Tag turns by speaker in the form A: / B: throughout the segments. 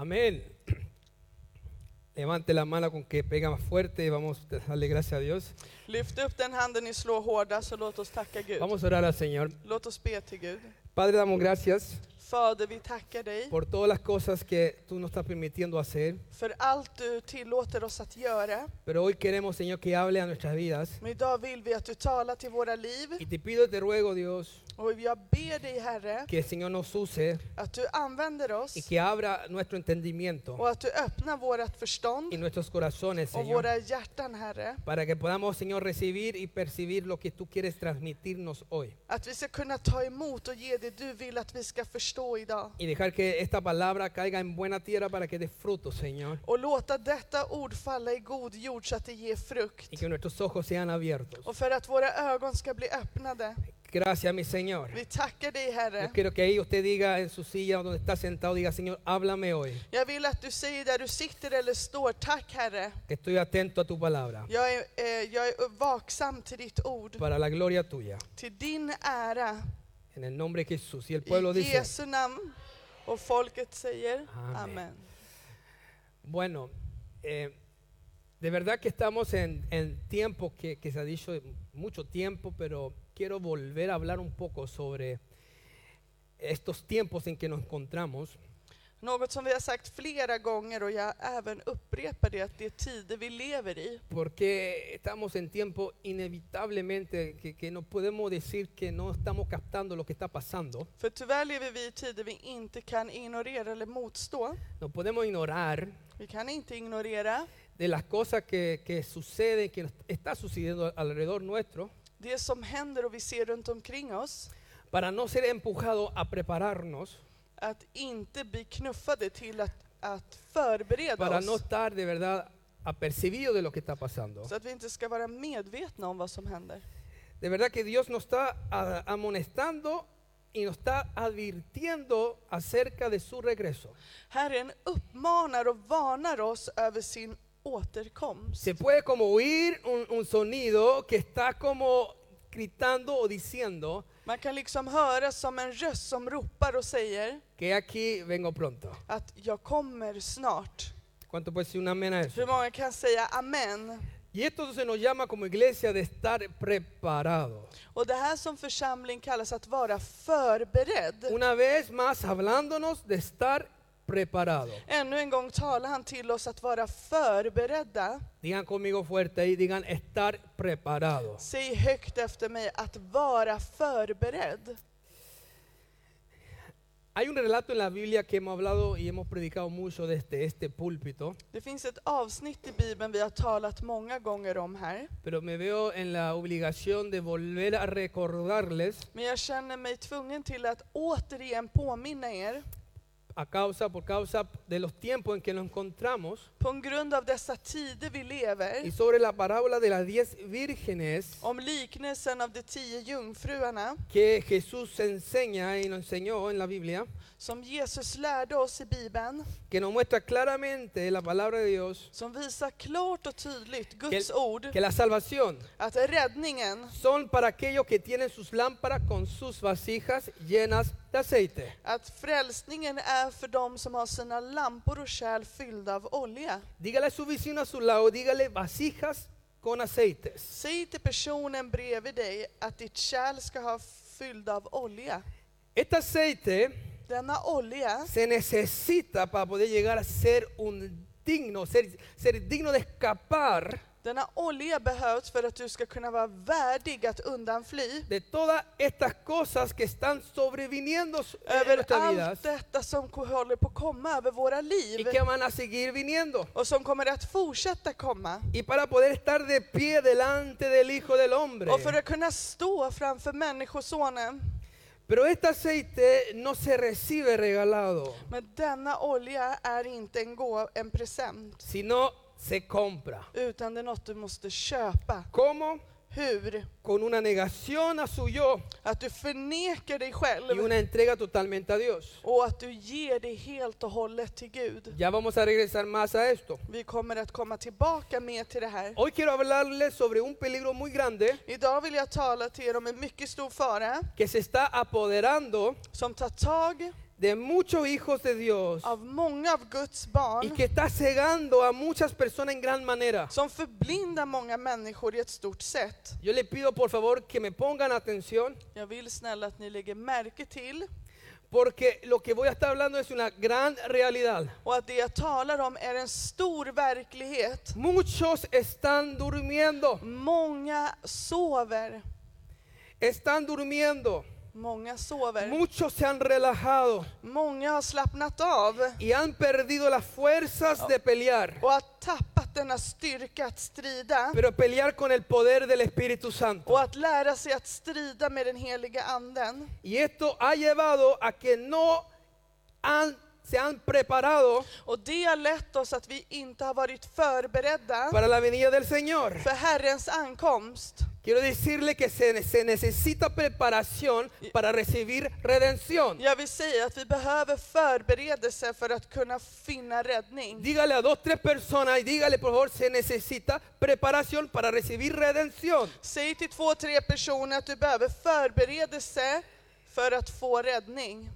A: Amén. Levante la mano con que pega más fuerte y vamos a darle gracias a Dios.
B: Lyft upp den handen ni slår hårdast och låt oss tacka Gud.
A: Vamos a orar al Señor.
B: Låt oss be till Gud.
A: Padre, damos gracias
B: Fader, vi tackar dig
A: por todas las cosas que tú nos estás permitiendo hacer,
B: för allt du tillåter oss att göra.
A: pero hoy queremos, Señor, que hable a nuestras vidas.
B: Men idag vill vi att du talar till våra liv.
A: Y te pido, te ruego, Dios,
B: Och jag ber dig Herre,
A: que el Señor nos use
B: att du använder oss
A: y que abra nuestro entendimiento
B: och att du öppnar vårt
A: y
B: förstånd
A: nuestros corazones,
B: och
A: Señor,
B: våra hjärtan Herre.
A: para que podamos, Señor, recibir y percibir lo que tú quieres transmitirnos hoy.
B: Att vi ska kunna ta emot och ge det du vill att vi ska förstå idag.
A: Y dejar que esta palabra caiga en buena tierra para que dé fruto, Señor.
B: Och låta detta ord falla i god jord så att det ger frukt.
A: Y que nuestros ojos sean abiertos.
B: Och för att våra ögon ska bli öppnade.
A: Gracias, mi Señor.
B: Vi tackar dig
A: Yo
B: Herre.
A: quiero que ahí usted diga en su silla o donde está sentado, diga, Señor, háblame hoy,
B: Jag vill att du säger där du sitter eller står, tack Herre.
A: que estoy atento a tu palabra,
B: Jag är, eh, jag är vaksam till ditt ord,
A: para la gloria tuya.
B: till din ära.
A: En el nombre de Jesús. Y el pueblo
B: I
A: dice,
B: Jesu namn. Och folket säger
A: Amen.
B: Amen.
A: bueno, eh, de verdad que estamos en, en tiempo que, que se ha dicho mucho tiempo, pero quiero volver a hablar un poco sobre estos tiempos en que nos encontramos.
B: Något som vi har sagt flera gånger och jag även upprepar det, att det är tider vi lever i.
A: Porque estamos en tiempo inevitablemente que, que no podemos decir que no estamos captando lo que está pasando.
B: För tyvärr lever vi i tider vi inte kan ignorera eller motstå.
A: No podemos ignorar
B: Vi kan inte ignorera
A: de las cosas que, que suceden, que nos está sucediendo alrededor nuestro,
B: det som händer och vi ser runt omkring oss.
A: para no ser empujados a prepararnos,
B: Att inte bli knuffade till att, att
A: para
B: förbereda
A: no
B: oss.
A: estar de verdad apercibidos de lo que está pasando.
B: Så att vi inte ska vara medvetna om vad som händer.
A: De verdad que Dios nos está a- amonestando y nos está advirtiendo acerca de su regreso.
B: Herren uppmanar och varnar oss över sin återkomst.
A: Se puede como oír un, un sonido que está como gritando o diciendo
B: Man kan liksom höra som en röst som ropar och säger
A: que aquí vengo pronto.
B: att jag kommer snart.
A: ¿Cuánto puede ser un amén a eso?
B: Hur många kan säga amen?
A: Y esto se nos llama como iglesia de estar preparado.
B: Och det här som församling kallas att vara förberedd.
A: Una vez más hablándonos de estar preparado.
B: Ännu en gång talar han till oss att vara förberedda.
A: Digan conmigo fuerte ahí, digan estar preparado.
B: Säg högt efter mig att vara förberedd.
A: Hay un relato en la Biblia que hemos hablado y hemos predicado mucho desde este púlpito,
B: Det finns ett avsnitt i Bibeln vi har talat många gånger om här.
A: pero me veo en la obligación de volver a recordarles
B: Men jag känner mig tvungen till att återigen påminna er
A: a causa por causa de los tiempos en que nos encontramos
B: på grund av dessa tider vi
A: y
B: lever
A: sobre la parábola de las diez vírgenes
B: om liknelsen av de tio jungfruarna
A: que Jesús enseña y nos enseñó en la Biblia.
B: som Jesus lärde oss i Bibeln,
A: que nos muestra claramente la palabra de Dios
B: som visar klart och tydligt Guds ord
A: que la salvación
B: att räddningen,
A: son para aquellos que tienen sus lámparas con sus vasijas llenas de aceite.
B: att frälsningen är för dem som har sina lampor och kärl fyllda av olja.
A: Dígale a su vecino a su lado, dígale vasijas con aceites.
B: Säg till personen bredvid dig att ditt kärl ska ha fyllda av olja.
A: Este aceite
B: Denna olja
A: se necesita para poder llegar a ser un digno, ser, ser digno de escapar
B: Denna olja behövs för att du ska kunna vara värdig att undanfly
A: de todas estas cosas que están sobreviniendo en
B: över
A: nuestras vidas
B: allt detta som ko- håller på att komma över våra
A: y
B: liv
A: que van a seguir viniendo.
B: och som kommer att fortsätta komma.
A: y para poder estar de pie delante del Hijo del Hombre.
B: Och för att kunna stå framför Människosonen.
A: Pero este aceite no se recibe regalado,
B: Men denna olja är inte en, gå, en present,
A: sino se compra.
B: utan det är något du måste köpa.
A: ¿Cómo?
B: Hur?
A: Con una negación a su yo
B: Att du förnekar dig
A: y
B: själv
A: una entrega totalmente a Dios.
B: och att du ger dig helt och hållet till Gud.
A: Ya vamos a regresar más a esto.
B: Vi kommer att komma tillbaka mer till det här.
A: Hoy quiero hablarles sobre un peligro muy grande
B: Idag vill jag tala till er om en mycket stor fara
A: que se está apoderando
B: som tar tag
A: de muchos hijos de Dios
B: av många av Guds
A: y
B: barn
A: que está cegando a muchas personas en gran manera.
B: som förblindar många människor i ett stort sätt.
A: Yo le pido por favor que me pongan atención
B: Jag vill snälla att ni lägger märke till
A: porque lo que voy a estar hablando es una gran realidad.
B: och att det jag talar om är en stor verklighet.
A: Muchos están durmiendo,
B: Många sover.
A: están durmiendo,
B: Många sover.
A: muchos se han relajado
B: Många har slappnat av
A: y han perdido las fuerzas de pelear,
B: och har tappat denna styrka att strida
A: pero pelear con el poder del Espíritu Santo.
B: och att lära sig att strida med den heliga anden.
A: Y esto ha llevado a que no han- se han preparado
B: Och det har lett oss att vi inte har varit förberedda
A: para la venida del Señor.
B: för Herrens ankomst.
A: Quiero decirle que se, se necesita preparación para recibir redención.
B: Jag vill säga att vi behöver förberedelse för att kunna finna räddning.
A: Dígale a dos, tres personas y dígale, por favor, se necesita preparación para recibir redención.
B: Säg till två, tre personer att du behöver förberedelse för att få räddning.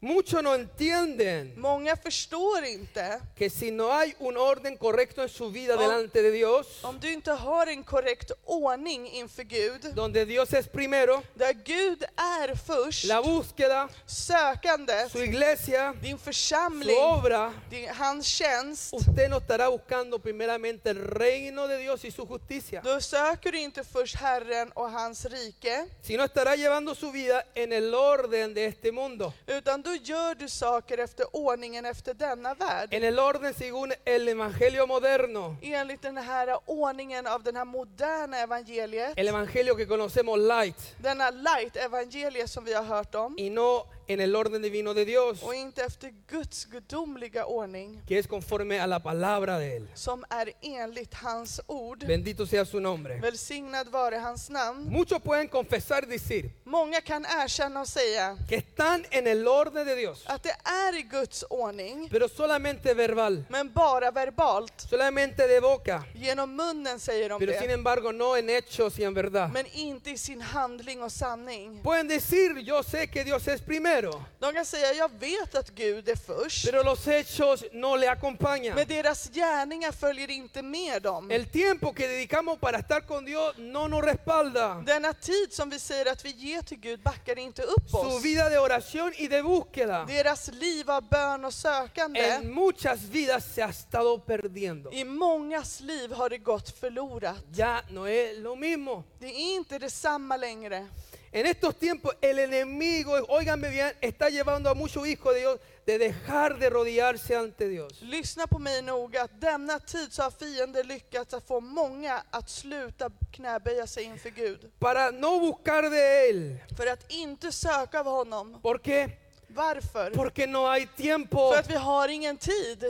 A: Muchos no entienden
B: Många förstår inte.
A: que si no hay un orden correcto en su vida delante de Dios,
B: Om du inte har en korrekt ordning inför Gud,
A: donde Dios es primero,
B: där Gud är först,
A: la búsqueda,
B: sökandet,
A: su iglesia,
B: din
A: su
B: församling,
A: obra,
B: din, hans tjänst,
A: usted no estará buscando primeramente el reino de Dios y su justicia,
B: då söker du inte först Herren och hans rike,
A: sino estará llevando su vida en el orden de este mundo.
B: utan då gör du saker efter ordningen efter denna värld.
A: en el orden según el evangelio moderno,
B: Enligt den här ordningen av den här moderna evangeliet,
A: el evangelio que conocemos light
B: denna light evangelie som vi har hört om,
A: y no en el orden divino de Dios,
B: och inte efter Guds gudomliga ordning,
A: que es conforme a la palabra de él.
B: som är enligt hans ord.
A: Bendito sea su nombre.
B: Välsignad vare hans namn.
A: Muchos pueden confesar decir
B: Många kan erkänna och säga
A: que están en el orden de Dios,
B: att det är i Guds ordning,
A: pero solamente verbal,
B: men bara verbalt.
A: solamente de boca,
B: Genom munnen säger de
A: pero sin
B: det,
A: embargo no en hechos y en verdad.
B: men inte i sin handling och sanning.
A: Pueden decir, yo sé que Dios es primero,
B: De kan säga, jag vet att Gud är först,
A: pero los hechos no le acompañan.
B: men deras gärningar följer inte med dem.
A: El tiempo que dedicamos para estar con Dios no nos respalda.
B: Denna tid som vi säger att vi ger till Gud backar inte upp
A: Su
B: oss.
A: vida de oración y de búsqueda
B: Deras liv av bön och sökande,
A: en muchas vidas se ha estado perdiendo.
B: i mångas liv har det gått förlorat.
A: Ya no es lo mismo.
B: Det är inte detsamma längre.
A: En estos tiempos el enemigo, óiganme bien, está llevando a muchos hijos de Dios de dejar de rodearse ante Dios.
B: Lyssna på mig noga, att denna tid så har fienden lyckats att få många att sluta knäböja sig inför Gud.
A: Para no buscar de Él.
B: För att inte söka av honom.
A: ¿Por qué?
B: Varför?
A: Porque no hay tiempo.
B: För att vi har ingen tid.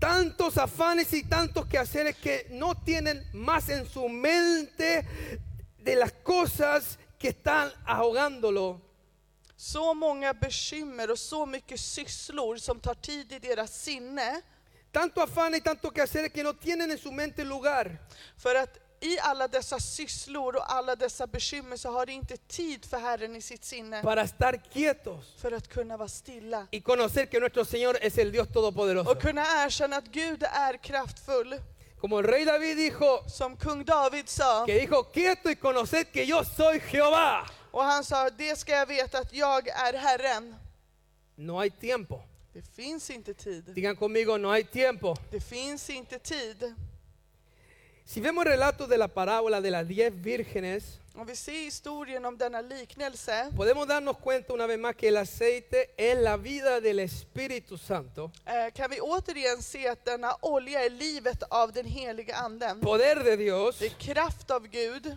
A: Tantos afanes y tantos quehaceres que no tienen más en su mente de las cosas que están ahogándolo
B: Så många bekymmer och så mycket sysslor som tar tid i deras sinne.
A: Tanto afán y tanto que hacer que no tienen en su mente lugar.
B: För att i alla dessa sysslor och alla dessa bekymmer så har de inte tid för Herren i sitt sinne.
A: para estar quietos
B: För att kunna vara stilla.
A: y conocer que nuestro Señor es el Dios Todopoderoso.
B: Och kunna erkänna att Gud är kraftfull.
A: Como el rey David dijo,
B: Som kung David sa.
A: que dijo, quieto y conoced que yo soy Jehová.
B: Och han sa, det ska jag veta att jag är Herren.
A: No hay tiempo.
B: Det finns inte tid.
A: Digan conmigo, no hay tiempo.
B: Det finns inte tid.
A: Si vemos relatos de la parábola de las diez vírgenes,
B: Om vi ser historien om denna liknelse,
A: podemos darnos cuenta una vez más que el aceite es la vida del Espíritu Santo,
B: eh, kan vi återigen se att denna olja är livet av den heliga anden.
A: poder de Dios,
B: Det är kraft av Gud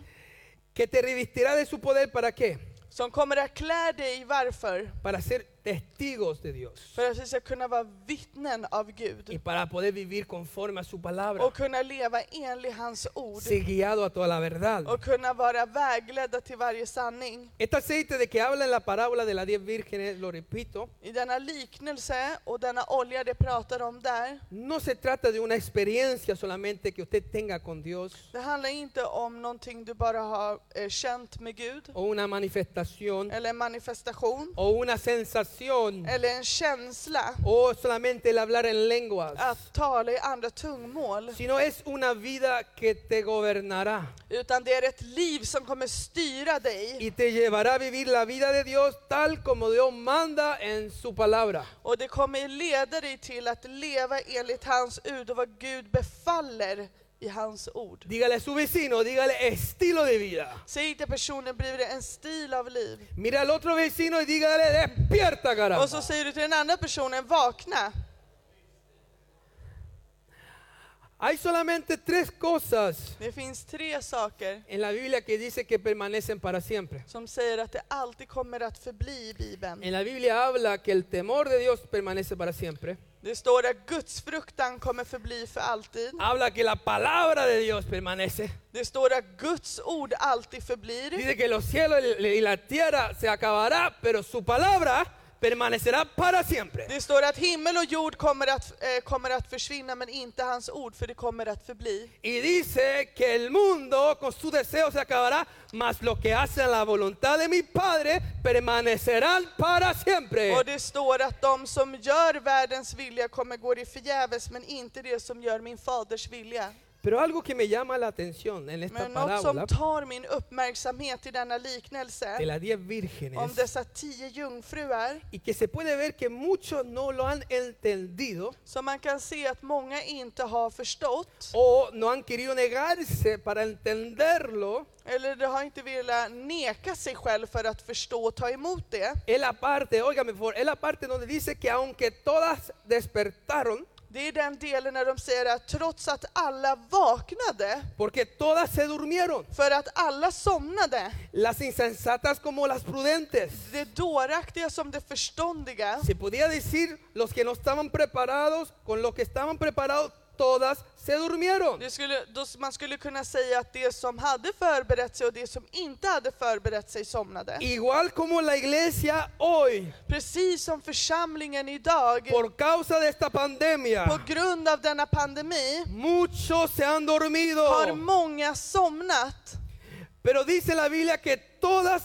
A: que te revestirá de su poder para qué?
B: som kommer att klä dig, varför?
A: Para ser testigos de Dios.
B: För att vi ska kunna vara vittnen av
A: y
B: Gud
A: para poder vivir conforme a su palabra,
B: och kunna leva enligt hans ord
A: ser guiado a toda la verdad.
B: och kunna vara vägledda till varje sanning.
A: Este aceite de que habla en la parábola de las diez vírgenes, lo repito,
B: I denna liknelse och denna olja det pratar om där,
A: no se trata de una experiencia solamente que usted tenga con Dios
B: Det handlar inte om någonting du bara har eh, känt med Gud,
A: o una manifestación
B: eller en manifestation,
A: o una sensación
B: eller en känsla
A: o solamente el hablar en lenguas,
B: att tala i andra tungmål.
A: sino es una vida que te gobernará
B: Utan det är ett liv som kommer styra dig.
A: y te llevará a vivir la vida de Dios tal como Dios manda en su palabra.
B: Och det kommer leda dig till att leva enligt hans ord och vad Gud befaller i hans ord.
A: Dígale a su vecino, dígale estilo de vida.
B: Säg till personen bredvid dig en stil av liv.
A: Mira al otro vecino y dígale, despierta,
B: Och så
A: caramba.
B: säger du till den andra personen, vakna.
A: Hay solamente tres cosas
B: Det finns tre saker
A: en la Biblia que dice que permanecen para siempre.
B: som säger att det alltid kommer att förbli i Bibeln.
A: En la Biblia habla que el temor de Dios permanece para siempre.
B: Det står att Guds fruktan kommer förbli för alltid.
A: Habla que la palabra de Dios permanece.
B: Det står att Guds ord alltid förblir.
A: Dice que los cielos y la tierra se acabará, pero su palabra permanecerá para siempre.
B: Det står att himmel och jord kommer att, eh, kommer att försvinna men inte hans ord för det kommer att förbli.
A: Y dice que el mundo con su deseo se acabará, mas lo que hacen la voluntad de mi Padre permanecerán para siempre.
B: Och det står att de som gör världens vilja kommer gå i förgäves men inte det som gör min faders vilja.
A: Pero algo que me llama la atención en esta
B: Men något som
A: parábola
B: tar min uppmärksamhet i denna liknelse
A: de las diez
B: om
A: vírgenes
B: dessa tio jungfruar
A: y que se puede ver que muchos no lo han entendido
B: som man kan se att många inte har förstått
A: o no han querido negarse para entenderlo,
B: eller de har inte velat neka sig själv för att förstå och ta emot det.
A: es la parte, óigame por favor, es la parte donde dice que aunque todas despertaron,
B: Det är den delen när de säger att trots att alla vaknade,
A: porque todas se durmieron,
B: för att alla somnade,
A: las insensatas como las prudentes.
B: det dåraktiga som det förståndiga,
A: Se podía decir los que no estaban preparados con los que estaban preparados, todas se durmieron.
B: det skulle, då, man skulle kunna säga att det som hade förberett sig och det som inte hade förberett sig somnade.
A: Igual como la iglesia hoy,
B: Precis som församlingen idag,
A: por causa de esta pandemia,
B: på grund av denna pandemi,
A: muchos se han
B: har
A: dormido.
B: många somnat.
A: Pero dice la Biblia que todas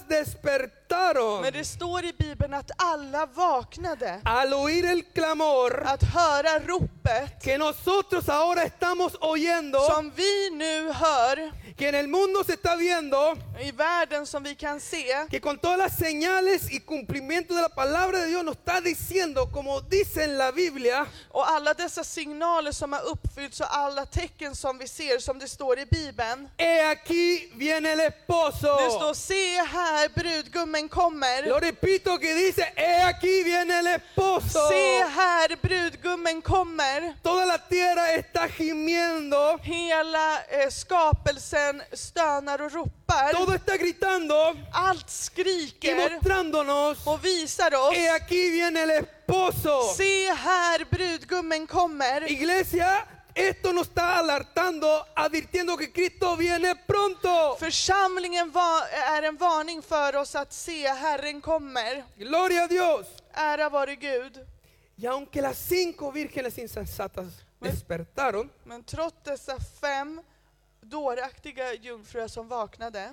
A: despertaron
B: Men det står i Bibeln att alla vaknade.
A: al oír el clamor
B: Att höra ropet
A: que nosotros ahora estamos oyendo,
B: som vi nu hör
A: que en el mundo se está viendo,
B: i världen som vi kan se,
A: que con todas las señales y cumplimiento de la palabra de Dios nos está diciendo, como dice en la Biblia,
B: och alla dessa signaler som har uppfyllts och alla tecken som vi ser, som det står i Bibeln.
A: he aquí viene el
B: Det står
A: esposo.
B: se här, brudgummen kommer.
A: Lo repito que dice, he aquí viene el esposo.
B: Se här, brudgummen kommer.
A: Toda la tierra está gimiendo,
B: Hela eh, skapelsen stönar och
A: todo
B: ropar.
A: está gritando
B: Allt
A: y
B: skriker
A: mostrándonos,
B: och visar oss.
A: he aquí viene el esposo.
B: Se här, brudgummen kommer.
A: Iglesia, esto nos está alertando, advirtiendo que Cristo viene pronto.
B: Församlingen va- är en varning för oss att se, Herren kommer.
A: Gloria a Dios.
B: Ära vare Gud.
A: Y aunque las cinco vírgenes insensatas despertaron,
B: Men trots dessa fem dåraktiga jungfrur som vaknade,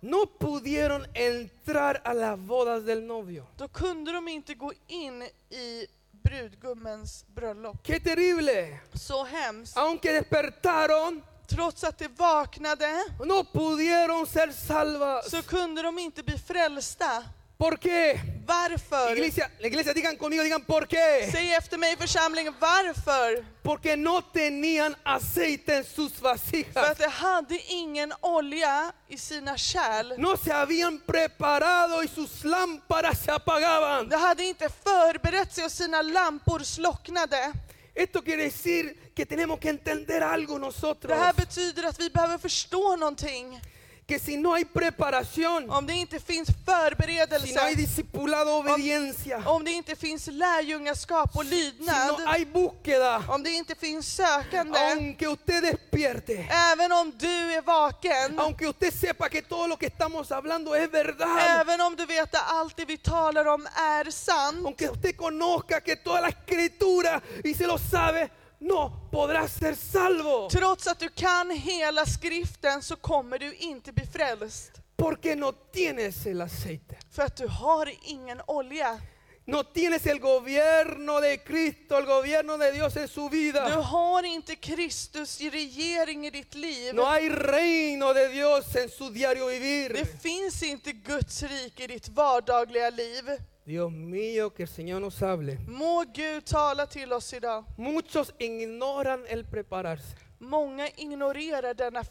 A: no pudieron entrar a las bodas del novio.
B: då kunde de inte gå in i brudgummens bröllop.
A: Qué terrible.
B: Så hemskt.
A: Aunque despertaron,
B: Trots att de vaknade
A: no pudieron ser salvas.
B: så kunde de inte bli frälsta.
A: ¿Por qué?
B: Varför?
A: Iglesia, la iglesia, digan conmigo, digan por qué.
B: Säg efter mig församlingen, varför?
A: Porque no tenían aceite en sus
B: För
A: vasijas.
B: att de hade ingen olja i sina kärl.
A: No se habían preparado y sus lámparas se apagaban.
B: De hade inte förberett sig och sina lampor slocknade.
A: Esto quiere decir que tenemos que entender algo
B: Det
A: nosotros.
B: här betyder att vi behöver förstå någonting.
A: Que si no hay preparación,
B: Om det inte finns
A: si no hay
B: förberedelse,
A: discipulado, obediencia,
B: om det inte finns lärjungaskap och
A: si no
B: lydnad,
A: hay búsqueda,
B: om det inte finns sökande,
A: aunque usted despierte,
B: även om du är vaken,
A: aunque usted sepa que todo lo que estamos hablando es verdad,
B: även om du vet att allt det vi talar om är sant,
A: aunque usted conozca que toda la escritura y se lo sabe, no podrá ser salvo
B: trots att du kan hela skriften så kommer du inte bli frälst.
A: porque no tienes el aceite.
B: För att du har ingen olja.
A: No tienes el gobierno de Cristo, el gobierno de Dios en su
B: Du
A: vida.
B: har inte Kristus i regering i ditt liv.
A: No hay reino de Dios en su diario
B: Det
A: vivir.
B: finns inte Guds rike i ditt vardagliga liv.
A: Dios mío, que el Señor nos hable.
B: Må Gud tala till oss idag.
A: Muchos ignoran el prepararse,
B: Många ignorerar denna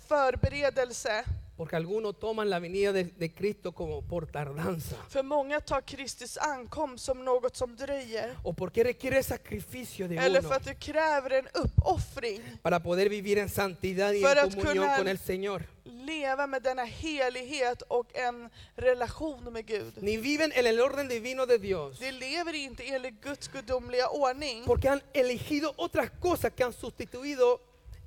B: förberedelse.
A: porque algunos toman la venida de, de Cristo como por tardanza,
B: För många tar Kristus ankomst som något som dröjer.
A: o porque requiere sacrificio de
B: Eller
A: uno
B: för att det kräver en uppoffring.
A: para poder vivir en santidad y
B: För
A: en
B: att
A: comunión
B: kunna-
A: con el Señor.
B: Leva med denna helighet och en relation med Gud.
A: Ni viven en el orden divino de Dios,
B: De lever inte enligt Guds gudomliga ordning.
A: porque han elegido otras cosas que han sustituido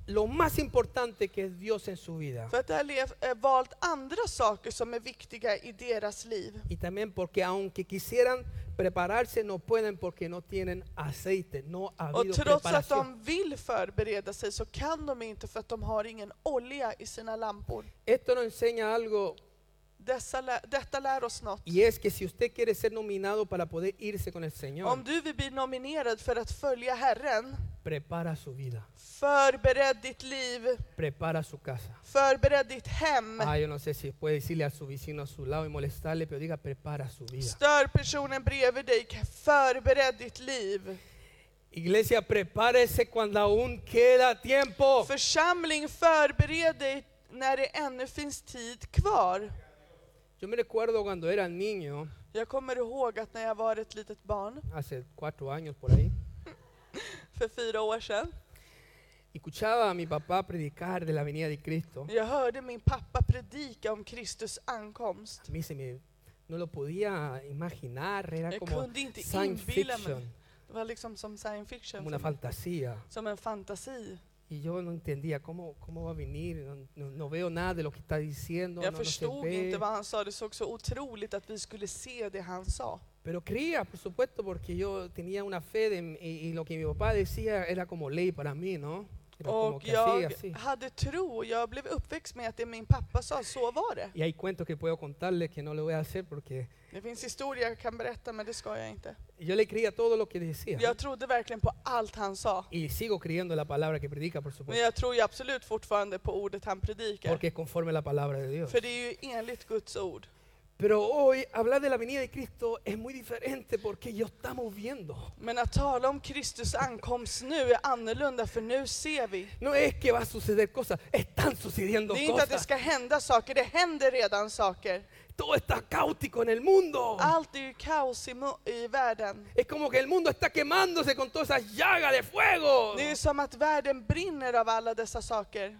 A: lo más importante que es Dios en su vida.
B: För att de har lev, eh, valt andra saker som är viktiga i deras liv.
A: Y también porque aunque quisieran prepararse, no pueden porque no tienen aceite, no ha
B: Och
A: habido
B: trots att
A: preparación.
B: de vill förbereda sig så kan de inte för att de har ingen olja i sina lampor.
A: Esto nos enseña algo
B: Dessa, lä- detta lär oss något.
A: Y es que si usted quiere ser nominado para poder irse con el Señor,
B: Om du vill bli nominerad för att följa Herren,
A: prepara su vida,
B: förbered ditt liv,
A: prepara su casa.
B: förbered ditt hem.
A: Ah, yo no sé si puede decirle a su vecino a su lado y molestarle, pero diga, prepara su vida.
B: Stör personen bredvid dig, förbered ditt liv.
A: Iglesia, prepárese cuando aún queda tiempo.
B: Församling, förbered dig när det ännu finns tid kvar.
A: Yo me recuerdo cuando era niño,
B: Jag kommer ihåg att när jag var ett litet barn,
A: hace cuatro años por ahí,
B: för fyra år sedan,
A: escuchaba a mi papá predicar de la venida de Cristo.
B: jag hörde min pappa predika om Kristus ankomst.
A: A mí se me, no lo podía imaginar, era
B: Jag
A: como
B: kunde inte
A: science
B: inbilla mig.
A: fiction,
B: Det var liksom som science fiction,
A: como una
B: som,
A: fantasía.
B: som en fantasi.
A: Y yo no entendía cómo, cómo va a venir, no, no- no veo nada de lo que está diciendo,
B: jag
A: no, no se
B: förstod
A: ve.
B: inte vad han sa, det såg så otroligt att vi skulle se det han sa.
A: Pero creía, por supuesto, porque yo tenía una fe de- y, y lo que mi papá decía era como ley para mí, ¿no? Era como
B: Och
A: que así,
B: jag
A: así.
B: hade tro, och jag blev uppväxt med att det min pappa sa, så var det.
A: Y hay cuentos que puedo contarles que no lo voy a hacer porque
B: Det finns historier jag kan berätta men det ska jag inte.
A: yo le creía todo lo que decía.
B: Jag trodde verkligen på allt han sa.
A: Y sigo creyendo la palabra que predica, por
B: Men
A: supuesto,
B: jag tror ju absolut fortfarande på ordet han predikar.
A: porque es conforme a la palabra de Dios.
B: För det är ju enligt Guds ord.
A: Pero hoy hablar de la venida de Cristo es muy diferente porque yo estamos viendo.
B: Men att tala om Kristus ankomst nu är annorlunda för nu ser vi.
A: No es que va a suceder cosas, están sucediendo
B: Det är inte att det
A: cosas.
B: ska hända saker, det händer redan saker.
A: Todo está caótico en el mundo.
B: Allt är ju kaos i, mo- i världen.
A: Es como que el mundo está quemándose con todas esas llagas de fuego.
B: Det är som att världen brinner av alla dessa saker.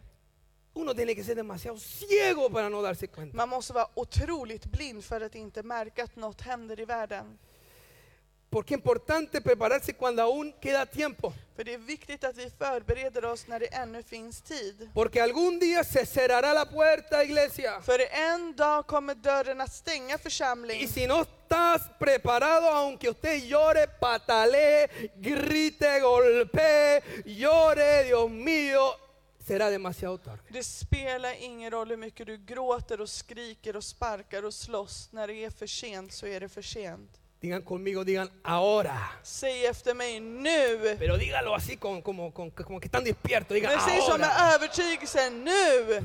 A: Uno tiene que ser demasiado ciego para no darse cuenta.
B: Man måste vara otroligt blind för att inte märka att något händer i världen.
A: Porque es importante prepararse cuando aún queda tiempo.
B: För det är viktigt att vi förbereder oss när det ännu finns tid.
A: Porque algún día se cerrará la puerta, iglesia.
B: För en dag kommer dörren att stänga
A: Y
B: församlingen.
A: si no estás preparado, aunque usted llore, patalee, grite, golpee, llore, Dios mío, será demasiado tarde.
B: Det spelar ingen roll hur mycket du gråter och skriker och sparkar och slåss. När det är för sent så är det för sent.
A: Digan conmigo, digan ahora.
B: Säg efter mig nu!
A: Pero dígalo así con- como, con- como que están despiertos. Digan
B: Men säg som
A: ahora.
B: med övertygelse nu!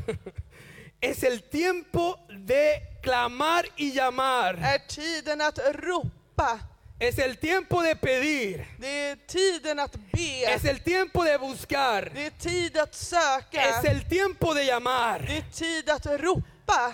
A: Es el tiempo de clamar y llamar.
B: Är tiden att ropa.
A: Es el tiempo de pedir.
B: Det är tiden att be.
A: Es el tiempo de buscar.
B: Det är tid att
A: Es
B: söka.
A: el tiempo de llamar.
B: Det är tid att ropa.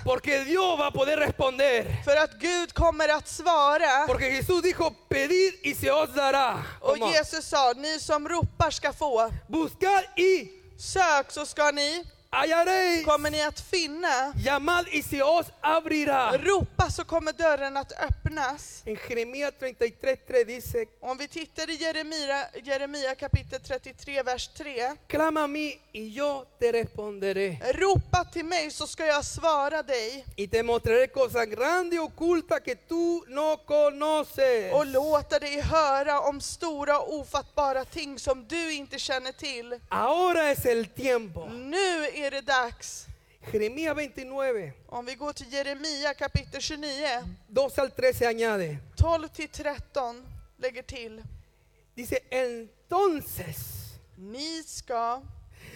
A: Porque Dios va a poder responder.
B: För att Gud kommer att svara.
A: Porque Jesús dijo, pedid y se os dará.
B: Och
A: Como,
B: Jesus sa, ni som ropar ska få.
A: Buscad y
B: Sök så ska ni,
A: hallaréis.
B: kommer ni att finna.
A: Llamad y se os abrirá.
B: Ropa så kommer dörren att öppnas.
A: En Jeremías 33.3 dice,
B: Om vi tittar i Jeremia, Jeremia kapitel 33, vers 3.
A: clama a mí y yo te responderé.
B: Ropa till mig så ska jag svara dig.
A: Y te mostraré cosas grandes y ocultas que tú no conoces.
B: och låta dig höra om stora och ofattbara ting som du inte känner till.
A: Ahora es el tiempo.
B: Nu är det dags.
A: Jeremías 29,
B: Om vi går till Jeremia kapitel 29,
A: 2 al 13 añade.
B: 12 till 13. lägger till,
A: Dice, entonces.
B: ni ska.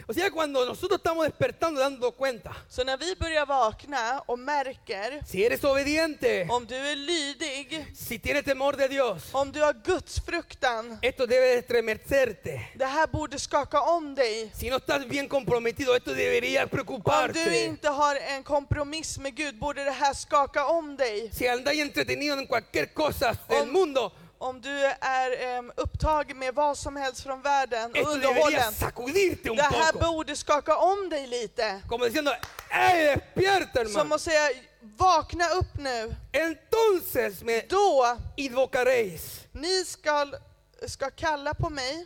A: O sea, cuando nosotros estamos despertando, dando cuenta.
B: Så när vi börjar vakna och märker
A: Si eres obediente,
B: om du är lydig,
A: si tienes temor de Dios,
B: om du har gudsfruktan,
A: esto debe de estremecerte.
B: det här borde skaka om dig.
A: Si no estás bien comprometido, esto debería
B: Om du
A: preocuparte.
B: inte har en kompromiss med Gud borde det här skaka om dig.
A: Si andáis entretenido en cualquier cosa del
B: Om-
A: mundo,
B: Om du är em, upptagen med vad som helst från världen och
A: esto debería
B: underhållen,
A: sacudirte un
B: det här
A: poco.
B: borde skaka om dig lite.
A: Como diciendo, ¡eh, despierta,
B: Som
A: hermano!
B: att säga, vakna upp nu.
A: Entonces me
B: Då,
A: invocaréis
B: ni ska, ska kalla på mig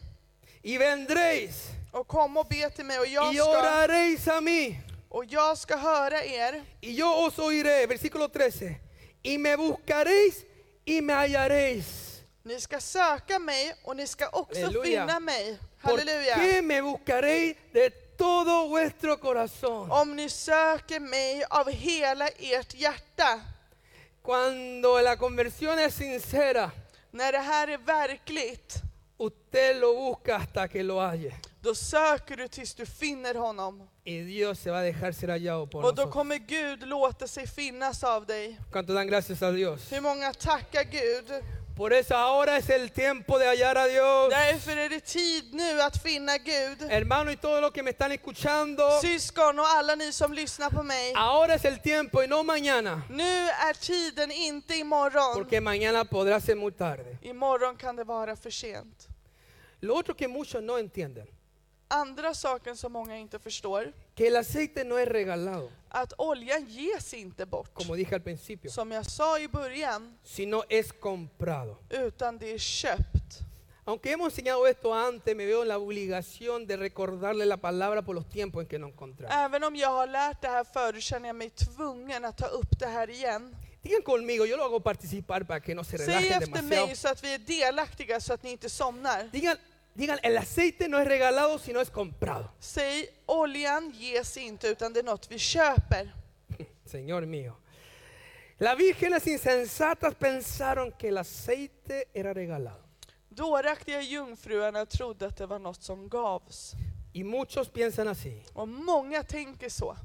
A: y vendréis
B: och komma och be till mig och jag
A: y
B: ska,
A: oraréis a mí
B: och jag ska höra er.
A: y yo os oiré. Versículo 13. Y me buscaréis y me hallaréis.
B: Ni ska söka mig och ni ska också
A: Halleluja.
B: finna mig.
A: ¿Por
B: Halleluja.
A: qué me buscaréis de todo vuestro corazón?
B: Om ni söker mig av hela ert hjärta.
A: Cuando la conversión es sincera,
B: När det här är verkligt,
A: usted lo busca hasta que lo halle.
B: då söker du tills du finner honom.
A: Y Dios se va a dejar ser hallado por
B: Och då
A: nosotros.
B: kommer Gud låta sig finnas av dig.
A: ¿Cuánto dan gracias a Dios?
B: Hur många tackar Gud?
A: Por eso ahora es el tiempo de hallar a Dios.
B: Därför är det tid nu att finna Gud.
A: Hermano y todos los que me están escuchando,
B: Syskon och alla ni som lyssnar på mig.
A: ahora es el tiempo y no mañana,
B: Nu är tiden inte imorgon.
A: porque mañana podrá ser muy tarde.
B: Imorgon kan det vara för sent.
A: Lo otro que muchos no entienden,
B: Andra saken som många inte förstår,
A: que el aceite no es regalado,
B: att oljan ges inte bort,
A: como dije al principio,
B: som jag sa i början,
A: sino es comprado.
B: utan det är köpt.
A: Aunque hemos enseñado esto antes, me veo en la obligación de recordarle la palabra por los tiempos en que nos encontramos.
B: Även om jag har lärt det här förut känner jag mig tvungen att ta upp det här igen.
A: Digan conmigo, yo lo hago participar para que no se
B: Säg
A: relajen
B: efter
A: demasiado.
B: mig så att vi är delaktiga så att ni inte somnar.
A: Digan, digan, el aceite no es regalado, sino es comprado.
B: Säg oljan ges inte utan det är något vi köper.
A: Señor mío. Las vírgenes insensatas pensaron que el aceite era regalado.
B: Dåraktiga jungfruarna trodde att det var något som gavs.
A: Y muchos piensan así.
B: Och många tänker så.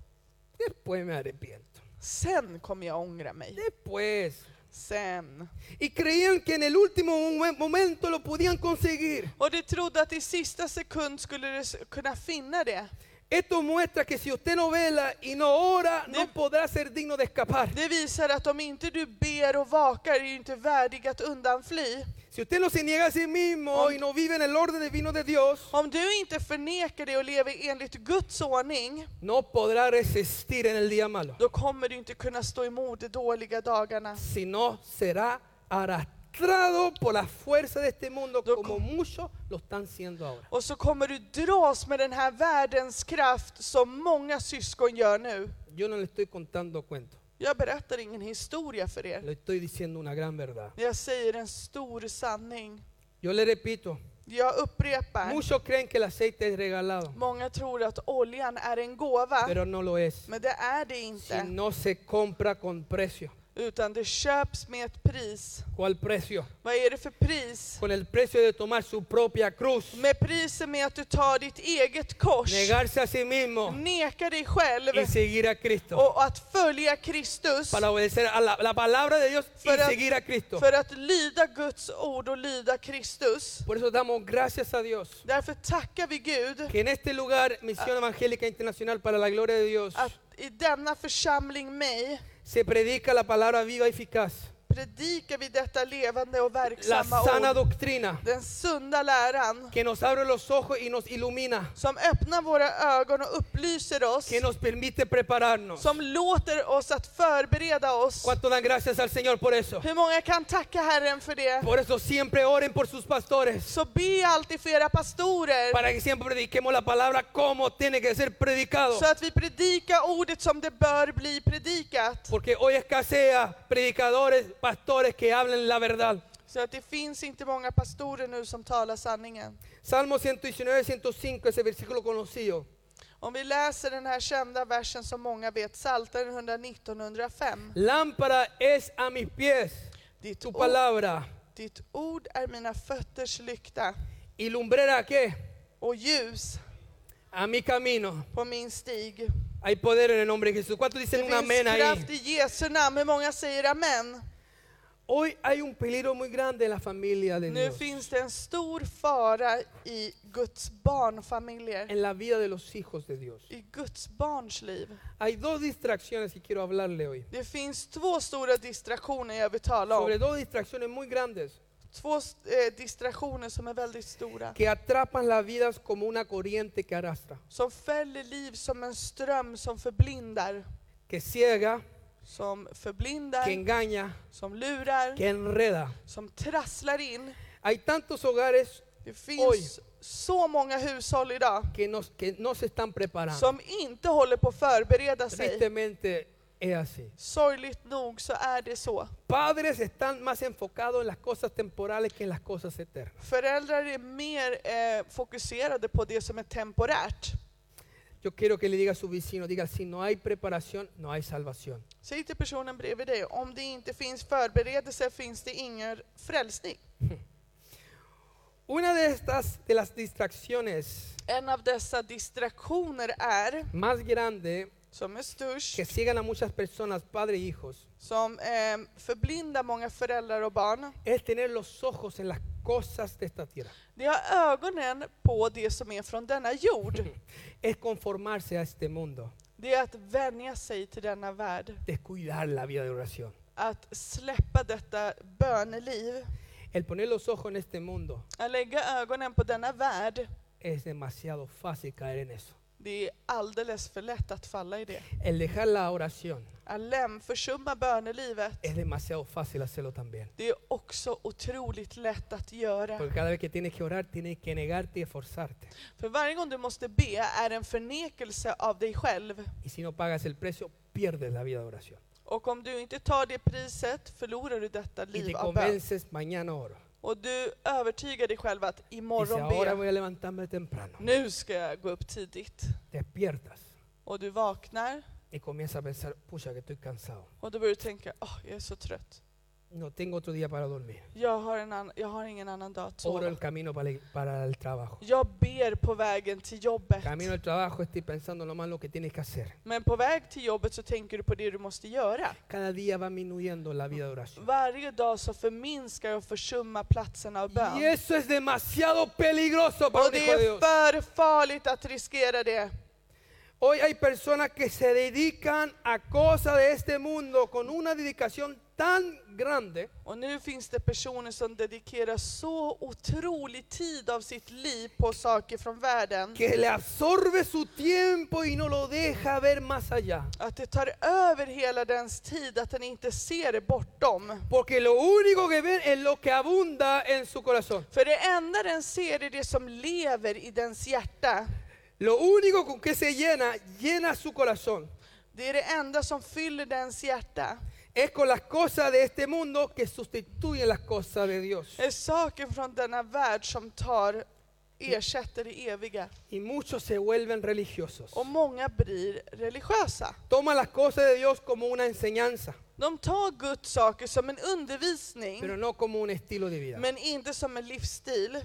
A: Después me arrepiento.
B: Sen kommer jag ångra mig.
A: Después.
B: Sen.
A: Y creían que en el último mo- momento lo podían conseguir.
B: Och de trodde att i sista sekund skulle du s- kunna finna det.
A: Esto muestra que si usted no vela y no ora, no podrá ser digno de escapar.
B: Det visar att om inte du ber och vakar är du inte värdig att undanfly.
A: Si usted no se niega a sí mismo y no vive en el orden divino de Dios,
B: Om du inte förnekar dig och lever enligt Guds ordning,
A: no podrá resistir en el día malo.
B: då kommer du inte kunna stå emot de dåliga dagarna.
A: sino será arrastrado por la fuerza de este mundo
B: Lo-
A: como muchos lo están siendo ahora.
B: Och så kommer du dras med den här världens kraft som många syskon gör nu.
A: Yo no le estoy contando cuentos,
B: Jag berättar ingen historia för er.
A: le estoy diciendo una gran verdad.
B: Jag säger en stor sanning.
A: Yo le repito,
B: Jag upprepar.
A: muchos creen que el aceite es regalado,
B: Många tror att oljan är en gåva,
A: pero no lo es.
B: men det är det
A: Si
B: inte.
A: no se compra con precio,
B: Utan det köps med ett pris.
A: ¿cuál precio?
B: Vad är det för pris?
A: Con el precio de tomar su propia cruz,
B: Med prisen med att du tar ditt eget kors,
A: negarse a sí mismo
B: nekar dig själv
A: y seguir a Cristo.
B: och att följa Kristus
A: Para obedecer a la, la palabra de Dios y
B: Para-
A: seguir a Cristo.
B: för att lyda Guds ord och lyda Kristus.
A: Por eso damos gracias a Dios.
B: Därför tackar vi Gud
A: que en este lugar, Misión Evangélica Internacional para la Gloria de Dios,
B: att i denna församling, mig,
A: se predica la palabra viva y eficaz,
B: predikar vi detta levande och
A: la
B: verksamma
A: sana
B: ord.
A: doctrina
B: Den sunda läran
A: que nos abre los ojos y nos ilumina,
B: som öppnar våra ögon och upplyser oss,
A: que nos permite prepararnos.
B: som låter oss att förbereda oss.
A: ¿Cuánto dan gracias al Señor por eso?
B: Hur många kan tacka Herren för det?
A: Por eso siempre oren por sus pastores,
B: Så be alltid för era pastorer,
A: para que siempre prediquemos la palabra como tiene que ser predicado.
B: så att vi predikar ordet som det bör bli predikat.
A: Porque hoy escasea predicadores, pastores que hablen la verdad.
B: Så att det finns inte många pastorer nu som talar sanningen.
A: Salmo 119, 105, ese versículo conocido.
B: Om vi läser den här kända versen som många vet, Psaltaren 119 105.
A: Lámpara es a mis pies
B: Ditt
A: tu
B: ord,
A: palabra
B: Ditt ord är mina fötters lykta
A: y lumbrera qué?
B: och ljus
A: A mi camino.
B: på min stig.
A: Hay poder en el nombre de Jesús. ¿Cuántos
B: Det
A: dicen un
B: finns
A: amén
B: kraft
A: ahí?
B: i Jesu namn. Hur många säger amen?
A: Hoy hay un peligro muy grande en la familia de
B: Nu
A: Dios.
B: finns det en stor fara i Guds barnfamiljer,
A: En la vida de los hijos de Dios.
B: i Guds barns liv.
A: Hay dos distracciones que quiero hablarle hoy.
B: Det finns två stora distraktioner jag vill tala
A: Sobre
B: om.
A: dos distracciones muy grandes
B: Två eh, distraktioner som är väldigt stora,
A: que atrapan las vidas como una corriente que arrastra,
B: som fäller liv som en ström som förblindar,
A: que ciega,
B: som
A: que
B: förblindar,
A: engaña,
B: som lurar,
A: que enreda.
B: som trasslar in.
A: Hay tantos hogares
B: Det finns så många hushåll idag
A: que, nos, que no se están preparando.
B: som inte håller på att förbereda sig.
A: Tristemente es así.
B: Sorgligt nog så är det så.
A: Padres están más enfocados en las cosas temporales que en las cosas eternas.
B: Föräldrar är mer eh, fokuserade på det som är temporärt.
A: Yo quiero que le diga a su vecino, diga, si no hay preparación, no hay salvación.
B: Säg till personen bredvid dig, om det inte finns förberedelse finns det ingen frälsning.
A: Una de estas, de las distracciones
B: En av dessa distraktioner är,
A: más grandes
B: som är störst,
A: que ciegan a muchas personas, padres e hijos,
B: som eh, förblindar många föräldrar och barn,
A: es tener los ojos en las cosas de esta tierra.
B: det är ögonen på det som är från denna jord.
A: Es conformarse a este mundo,
B: Det är att vänja sig till denna värld,
A: descuidar la vida de oración.
B: att släppa detta böneliv.
A: El poner los ojos en este mundo
B: Att lägga ögonen på denna värld,
A: es demasiado fácil caer en eso.
B: det är alldeles för lätt att falla i det.
A: El dejar la oración
B: Att läm, försumma bönelivet,
A: es demasiado fácil hacerlo también.
B: det är också otroligt lätt att göra.
A: Porque cada vez que tienes que orar, tienes que negarte y esforzarte.
B: För varje gång du måste be är en förnekelse av dig själv.
A: Y si no pagas el precio, pierdes la vida de oración.
B: Och om du inte tar det priset förlorar du detta
A: Y te
B: liv av bön.
A: convences, mañana oro.
B: Och du övertygar dig själv att
A: Dice,
B: imorgon
A: ahora
B: ber
A: voy a levantarme temprano.
B: nu ska jag gå upp tidigt.
A: Despiertas
B: Och du vaknar
A: y comienzas a pensar, pucha, que estoy cansado.
B: och då börjar du tänka, åh, jag är så trött.
A: No tengo otro día para dormir.
B: Jag har, en annan, jag har ingen annan dag att
A: Oro
B: sova.
A: el camino para el, para el trabajo.
B: Jag ber på vägen till jobbet.
A: Camino al trabajo, estoy pensando nomás lo que tienes que hacer.
B: Men på väg till jobbet så tänker du på det du måste göra.
A: Cada día va disminuyendo la vida de oración.
B: Varje dag så förminskar och försummar platsen av bön.
A: Y eso es demasiado peligroso para un
B: Och det
A: hijo de
B: är
A: Dios.
B: för farligt att riskera det.
A: Hoy hay personas que se dedican a cosas de este mundo con una dedicación tan grande
B: Och nu finns det personer som dedikerar så otrolig tid av sitt liv på saker från världen.
A: que le absorbe su tiempo y no lo deja ver más allá.
B: Att det tar över hela dens tid, att den inte ser det bortom.
A: Porque lo único que ven es lo que abunda en su corazón.
B: För det enda den ser är det som lever i dens hjärta.
A: Lo único con que se llena, llena su corazón.
B: Det är det enda som fyller dens hjärta.
A: Es con las cosas de este mundo que sustituyen las cosas de Dios.
B: Det är saker från denna värld som tar, ersätter det eviga.
A: Y muchos se vuelven religiosos.
B: Och många blir religiösa.
A: Toman las cosas de Dios como una enseñanza,
B: De tar Guds saker som en undervisning.
A: pero no como un estilo de vida.
B: men inte som en livsstil.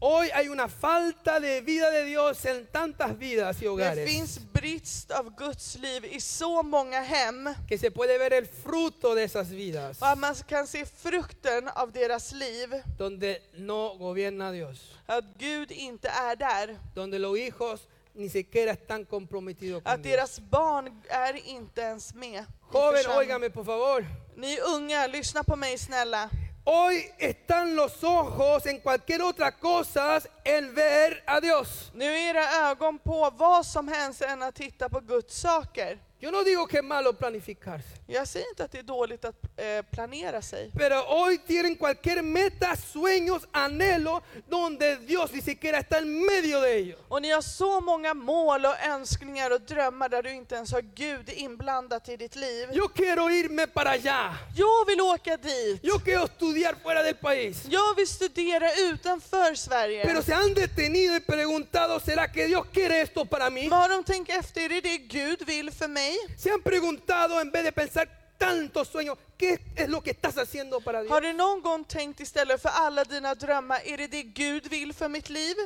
A: Hoy hay una falta de vida de Dios en tantas vidas y
B: Det
A: hogares
B: finns brist av Guds liv i så många hem.
A: que se puede ver el fruto de esas vidas
B: Och att man kan se frukten av deras liv,
A: donde no gobierna Dios,
B: att Gud inte är där.
A: donde los hijos ni siquiera están comprometidos con
B: Att
A: Dios.
B: deras barn är inte ens med. i
A: Joven,
B: församlingen.
A: óigame por favor.
B: Ni unga, lyssna på mig snälla.
A: Hoy están los ojos en cualquier otra cosa en ver a Dios.
B: Nu är era ögon på vad som helst än att titta på Guds saker.
A: Yo no digo que es malo planificarse,
B: Jag säger inte att det är dåligt att eh, planera sig.
A: pero hoy tienen cualquier meta, sueños, anhelo donde Dios ni siquiera está en medio de ellos.
B: Och ni har så många mål och önskningar och drömmar där du inte ens har Gud inblandat i ditt liv.
A: Yo quiero irme para allá.
B: Jag vill åka dit.
A: Yo quiero estudiar fuera del país.
B: Jag vill studera utanför Sverige.
A: Pero se han detenido y preguntado, ¿será que Dios quiere esto para mí?
B: Vad har de tänkt efter? Är det det Gud vill för mig?
A: Se han preguntado en vez de pensar, tantos sueños, ¿qué es lo que estás haciendo para Dios?
B: Har du någon gång tänkt istället för alla dina drömmar, är det det Gud vill för mitt liv?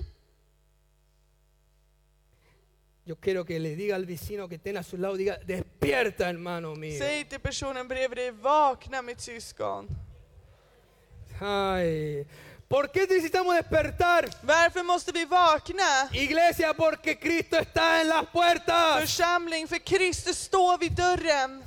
A: Yo quiero que le diga al vecino que tiene a su lado, diga, despierta hermano mío.
B: Säg till personen bredvid dig, vakna mitt syskon.
A: Ay, ¿Por qué necesitamos despertar?
B: Varför måste vi vakna?
A: Iglesia, porque Cristo está en las
B: Pues
A: puertas.
B: Församling, för Kristus står vid dörren.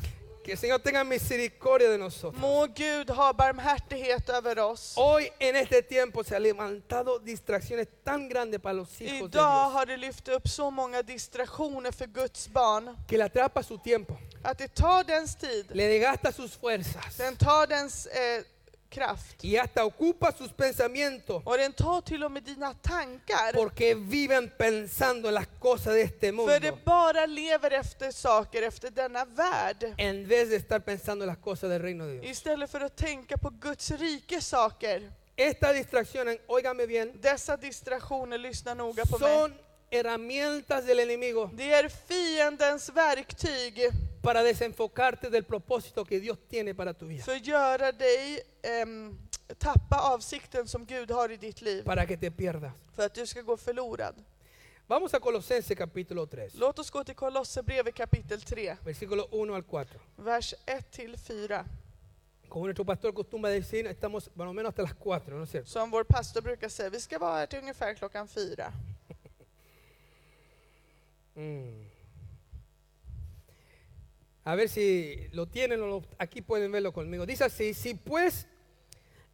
A: Que el Señor tenga misericordia de nosotros.
B: Må Gud ha barmhärtighet över oss.
A: Hoy en este tiempo se han levantado distracciones tan grandes para los hijos de
B: Idag
A: Dios
B: har det lyft upp så många distraktioner för Guds barn
A: que le atrapa su tiempo,
B: att det tar dens tid,
A: le desgasta sus fuerzas
B: den tar dens eh, kraft
A: y hasta ocupa sus pensamientos
B: och den tar till och med dina tankar.
A: porque viven pensando en las cosas de este mundo
B: För det bara lever efter saker efter denna värld
A: en vez de estar pensando en las cosas del reino de Dios.
B: istället för att tänka på Guds rikes saker.
A: Estas distracciones, óigame bien,
B: Dessa distraktioner, lyssna noga på mig.
A: son herramientas del enemigo
B: Det är fiendens verktyg
A: para desenfocarte del propósito que Dios tiene para tu vida,
B: för att göra dig ehm, tappa avsikten som Gud har i ditt liv
A: para que te pierdas.
B: för att du ska gå förlorad.
A: Vamos a Colosenses capítulo 3,
B: Låt oss gå till Kolosserbrevet kapitel 3,
A: versículo 1 al 4.
B: vers 1-4,
A: Como nuestro pastor acostumbra decir, estamos por lo menos hasta las 4, ¿no es cierto?
B: som vår pastor brukar säga. Vi ska vara här till ungefär klockan 4.
A: Mm. A ver si lo tienen, o lo- aquí pueden verlo conmigo. Dice así, si pues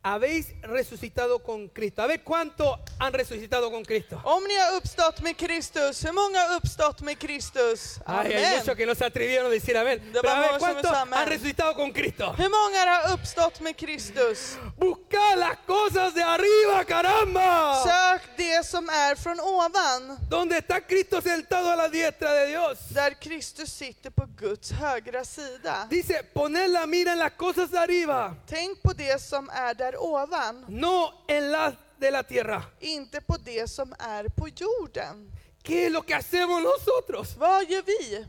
A: habéis resucitado con Cristo. A ver cuánto han resucitado con Cristo.
B: Om ni har uppstått med Kristus, hur många har uppstått med Kristus?
A: Ay, hay muchos
B: Amen.
A: que no se atrevieron a decir, a ver, pero a
B: vamos,
A: ver cuánto
B: somos amén.
A: han resucitado con Cristo.
B: Hur många har uppstått med Kristus?
A: Busca las cosas de arriba, caramba.
B: Sök det som är från ovan,
A: Donde está Cristo sentado a la diestra de Dios.
B: där Kristus sitter på Guds högra sida.
A: Dice, poner la mira en las cosas de arriba,
B: Tänk på det som är där ovan,
A: no en las de la tierra.
B: inte på det som är på jorden.
A: ¿Qué es lo que hacemos nosotros?
B: Vad gör vi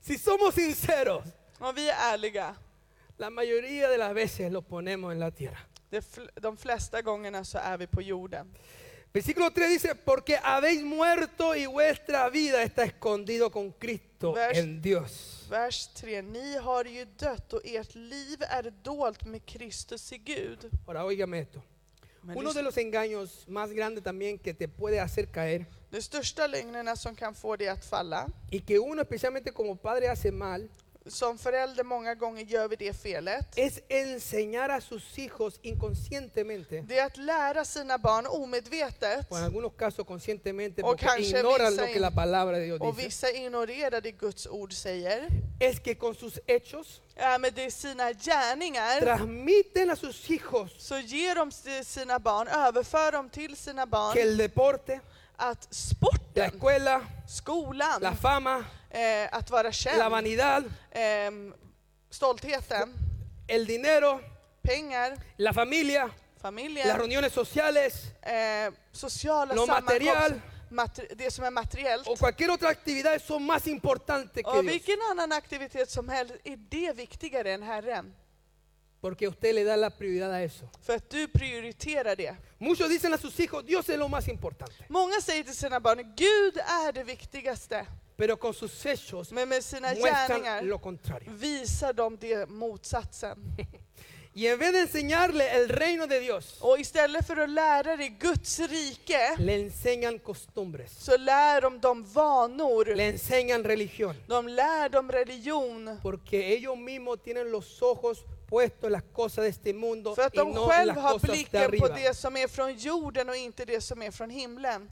A: Si somos sinceros,
B: om vi är ärliga?
A: la mayoría de las veces lo ponemos en la tierra.
B: Det fl- de flesta gångerna så är vi på jorden.
A: Versículo 3 dice, porque habéis muerto y vuestra vida está escondido con Cristo
B: Vers-
A: en Dios.
B: Vers 3. Ni har ju dött och ert liv är dolt med Kristus i Gud.
A: Ahora, óigame esto.
B: Men
A: Uno de
B: det,
A: los engaños más grandes también que te puede hacer caer
B: de största lögnerna som kan få dig att falla,
A: y que uno especialmente como padre hace mal
B: som förälder många gånger gör vi det felet,
A: es enseñar a sus hijos inconscientemente
B: det är att lära sina barn omedvetet
A: o en algunos casos conscientemente
B: O
A: porque
B: canse
A: ignoran
B: visa
A: lo que la
B: in-
A: palabra de Dios
B: och
A: dice,
B: vissa ignorerar det Guds ord säger,
A: es que con sus hechos
B: ja, men det är sina gärningar,
A: transmiten a sus hijos
B: så ger de till sina barn, överför dem till sina
A: que
B: barn
A: el deporte,
B: att
A: la
B: sporten,
A: escuela,
B: skolan,
A: la fama,
B: eh, att vara
A: la
B: känd,
A: vanidad,
B: ehm, stoltheten,
A: el dinero,
B: pengar,
A: la familia, las
B: familjen,
A: reuniones sociales
B: eh, sociala
A: Lo material.
B: sammankomster, mater- det som är materiellt.
A: o cualquier otra actividad son más importantes que
B: Och
A: Dios,
B: vilken annan aktivitet som helst, är det viktigare än Herren?
A: porque usted le da la prioridad a eso.
B: För att du prioriterar det.
A: Muchos dicen a sus hijos, Dios es lo más importante,
B: Många säger till sina barn, Gud är det viktigaste.
A: pero con sus hechos
B: Men med sina
A: muestran
B: gärningar
A: lo contrario.
B: visar de det motsatsen.
A: Y en vez de enseñarle el reino de Dios,
B: Och istället för att lära dig Guds rike,
A: le enseñan costumbres,
B: så lär de dem vanor.
A: le enseñan religión,
B: De lär dem religion.
A: porque ellos mismos tienen los ojos puestos en las cosas de este mundo
B: För att
A: y
B: de
A: no en las
B: själva har
A: cosas de
B: blicken på
A: arriba.
B: det som är från jorden och inte det som är från himlen.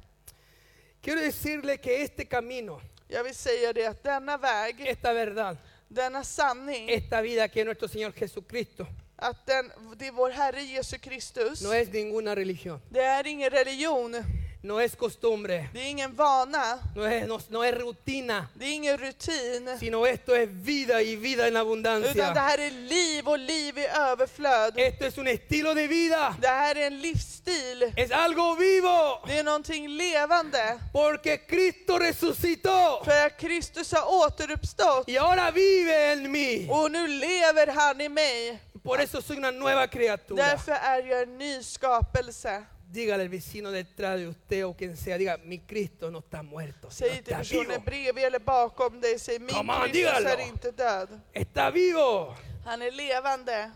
A: Quiero decirle que este camino,
B: Jag vill säga det att denna väg,
A: esta verdad,
B: denna sanning,
A: esta vida que es nuestro Señor Jesucristo,
B: att den, det är vår Herre Jesus Kristus,
A: no es ninguna religión,
B: det är ingen religion,
A: No es costumbre,
B: Det är ingen vana,
A: no es, no- no es rutina,
B: det är ingen rutin,
A: sino esto es vida y vida en
B: utan det
A: abundancia.
B: här är liv och liv i överflöd.
A: Esto es un estilo de vida,
B: Det här är en livsstil,
A: es algo vivo,
B: det är någonting levande.
A: porque Cristo resucitó
B: För att Kristus har återuppstått
A: y ahora vive en mí.
B: och nu lever han i mig.
A: Por eso soy una nueva criatura.
B: Därför är jag en ny skapelse.
A: Dígale al vecino detrás de usted o quien sea, diga, mi Cristo no está muerto, sino
B: Säg till
A: está vivo.
B: personen bredvid eller bakom dig, säg min
A: Come on,
B: Kristus är
A: dígalo.
B: inte död.
A: Está vivo.
B: Han är levande.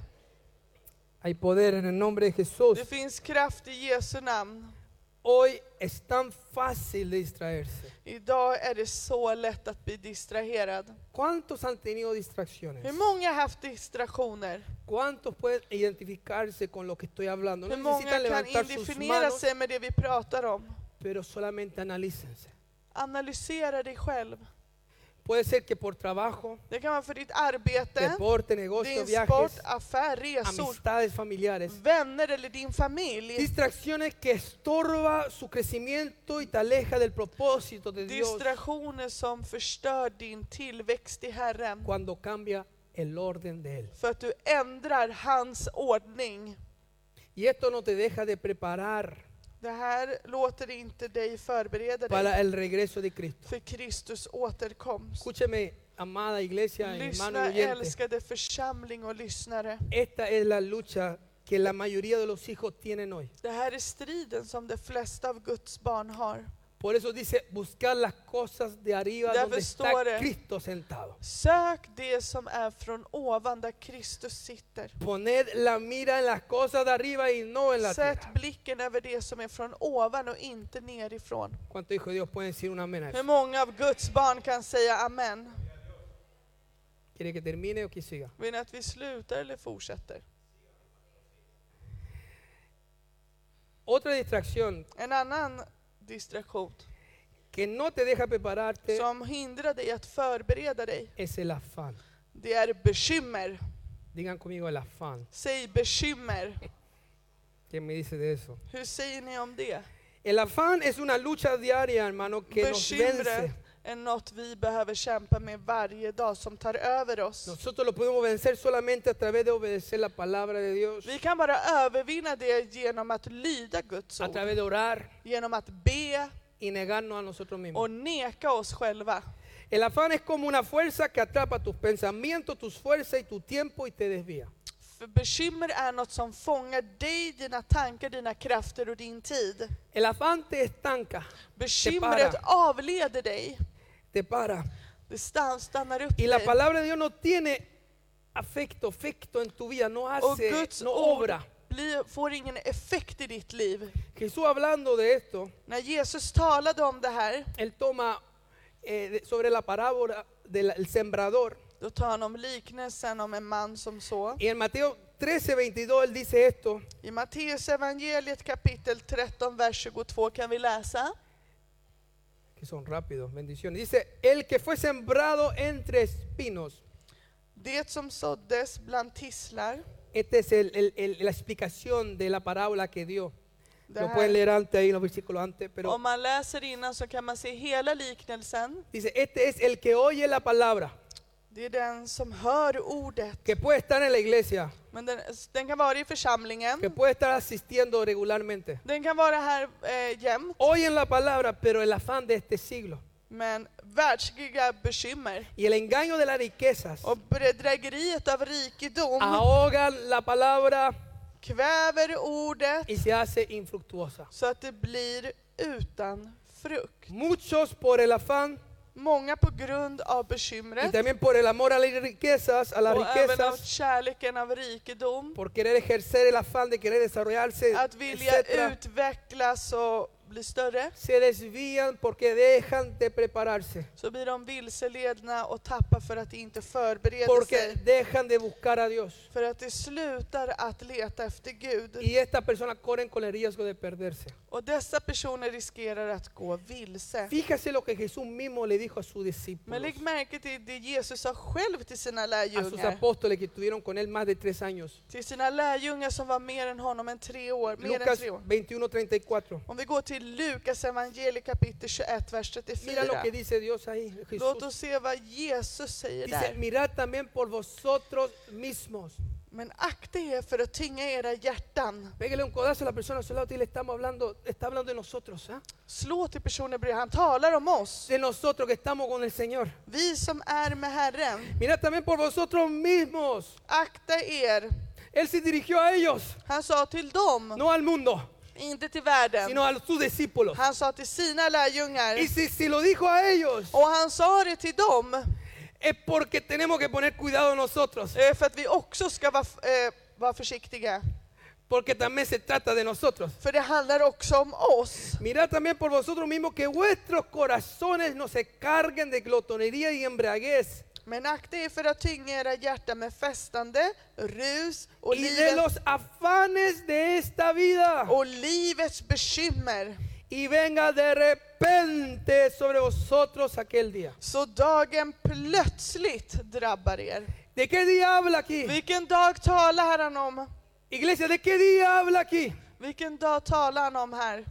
A: Hay poder en el nombre de Jesús.
B: Det finns kraft i Jesu namn.
A: Hoy es tan fácil de distraerse.
B: Idag är det så lätt att bli distraherad.
A: ¿Cuántos han tenido
B: Hur
A: distracciones?
B: många har haft distraktioner?
A: ¿Cuántos pueden identificarse con lo que estoy hablando?
B: Hur
A: No
B: många
A: necesitan
B: kan
A: levantar sus
B: indefiniera
A: manos,
B: sig med det vi pratar om?
A: pero solamente analícense.
B: Analysera dig själv.
A: Puede ser que por trabajo,
B: Det kan vara för ditt arbete,
A: deporte, negocio,
B: din sport,
A: viajes,
B: affär, resor,
A: amistades familiares,
B: Mm, vänner eller din familj.
A: Distracciones que estorba su crecimiento y te aleja del propósito de Dios
B: Distraktioner som förstör din tillväxt i Herren.
A: cuando cambia el orden de Él.
B: För att du ändrar hans ordning.
A: Y esto no te deja de preparar
B: Det här låter inte dig förbereda dig
A: para el regreso de Cristo.
B: för Kristus återkomst.
A: Escúcheme, amada iglesia, hermano
B: Lyssna
A: y oyente.
B: älskade församling och lyssnare.
A: Esta es la lucha que la mayoría de los hijos tienen hoy.
B: Det här är striden som de flesta av Guds barn har.
A: Por eso dice, buscar las cosas de arriba
B: Ya
A: donde
B: ves tú
A: está
B: ahora.
A: Cristo sentado.
B: Sök det som är från ovan där Kristus sitter.
A: Poner la mira en las cosas de arriba y no en la
B: Sätt
A: tierra.
B: blicken över det som är från ovan och inte nerifrån.
A: ¿Cuántos hijos de Dios pueden decir un amén a
B: Hur
A: eso?
B: många av Guds barn kan säga amen?
A: ¿Quiere que termine o que siga?
B: Vill ni att vi slutar eller fortsätter?
A: Otra distracción
B: En annan distraktion
A: que no te deja prepararte
B: som hindrar dig att förbereda dig,
A: es el afán.
B: det är bekymmer.
A: Digan conmigo el afán.
B: Säg bekymmer.
A: ¿Qué me dice de eso?
B: Hur säger ni om det?
A: El afán es una lucha diaria, hermano, que nos
B: Bekymret
A: vence.
B: är något vi behöver kämpa med varje dag som tar över oss.
A: Nosotros lo podemos vencer solamente a través de obedecer la palabra de Dios,
B: Vi kan bara övervinna det genom att lyda Guds
A: a
B: ord,
A: través de orar
B: genom att be
A: y negarnos a nosotros mismos.
B: och neka oss själva.
A: El afán es como una fuerza que atrapa tus pensamientos, tus fuerzas y tu tiempo y te desvía.
B: För bekymmer är något som fångar dig, dina tankar, dina krafter och din tid.
A: El afán te estanca,
B: Bekymret avleder dig.
A: te para.
B: Det stan- stannar upp
A: Y la
B: dig.
A: palabra de Dios no tiene afecto, efecto en tu vida, no
B: Och
A: hace,
B: Guds
A: no
B: ord
A: obra.
B: blir, får ingen effekt i ditt liv.
A: Jesús hablando de esto,
B: När Jesus talade om det här,
A: él toma eh, de- sobre la parábola del el sembrador.
B: då tar han om liknelsen om en man som så.
A: Y en Mateo 13, 22, él dice esto.
B: I Matteus evangeliet kapitel 13, vers 22 kan vi läsa.
A: Que son rápidos, bendiciones. Dice, el que fue sembrado entre espinos.
B: Det som såddes bland tisslar,
A: Esta Este es el- el- el- la explicación de la parábola que dio.
B: det
A: Lo pueden
B: här.
A: leer antes ahí, los versículos antes, pero
B: Om man läser innan så kan man se hela liknelsen.
A: dice, este es el que oye la palabra,
B: Det är den som hör ordet.
A: que puede estar en la iglesia,
B: Men den, den kan vara i
A: que
B: församlingen,
A: puede estar asistiendo regularmente.
B: den kan vara här eh, jämt.
A: Oyen la palabra, pero el afán de este siglo
B: Men världsliga bekymmer
A: y el engaño de las riquezas
B: och bedrägeriet av rikedom
A: ahogan la palabra
B: kväver ordet
A: y se hace infructuosa.
B: så att det blir utan frukt.
A: Muchos por el afán
B: Många på grund av
A: y
B: bekymret
A: también por el amor a las riquezas, a las
B: och även av
A: riquezas,
B: kärleken av rikedom,
A: por querer ejercer el afán de querer desarrollarse,
B: att vilja
A: etcétera,
B: utvecklas och bli större,
A: se desvían porque dejan de prepararse,
B: så blir de vilseledna och tappar för att de inte förbereder
A: porque
B: sig.
A: dejan de buscar a Dios.
B: För att de slutar att leta efter Gud.
A: Y estas personas corren con el riesgo de perderse.
B: Och dessa personer riskerar att gå vilse.
A: Fíjese lo que Jesús mismo le dijo a sus discípulos.
B: Men lägg märke till det Jesus sa själv till sina
A: a sus
B: lärjungar.
A: apóstoles que estuvieron con él más de tres años.
B: Till sina lärjungar som var mer än honom än tre år. Mer än
A: Lucas
B: tre år.
A: 21, 34.
B: Om vi går till till Lukas evangeliet kapitel 21, vers
A: Mira lo
B: 34.
A: que dice Dios ahí,
B: Låt
A: Jesús.
B: oss se vad Jesus säger
A: Dice,
B: där.
A: mirad también por vosotros mismos.
B: Men akta er för att tynga era hjärtan.
A: Pégale un codazo a la persona a su lado y dile, estamos hablando, está hablando de nosotros, ¿ah?
B: Slå till personen bredvid, han talar om oss.
A: de nosotros que estamos con el Señor.
B: Vi som är med Herren,
A: Mirad también por vosotros mismos.
B: akta er.
A: Él se dirigió a ellos,
B: Han sa till dem,
A: no al mundo,
B: inte till
A: sino
B: världen.
A: a sus discípulos.
B: Han sa till sina lärjungar.
A: Y si, si lo dijo a ellos,
B: Och han sa det till dem
A: es porque tenemos que poner cuidado nosotros,
B: eh, för att vi också ska vara, f- eh, vara försiktiga.
A: porque también se trata de nosotros.
B: För det handlar också om oss.
A: Mirad también por vosotros mismos que vuestros corazones no se carguen de glotonería y embriaguez
B: Men akta er för att tynga era hjärtan med festande, rus och,
A: y de
B: livet,
A: los afanes de esta vida
B: och livets bekymmer.
A: y venga de repente sobre vosotros aquel día.
B: Så dagen plötsligt drabbar er.
A: ¿De qué día habla aquí?
B: Vilken dag talar han om?
A: Iglesia, ¿de qué día habla aquí?
B: Vilken dag talar han om här?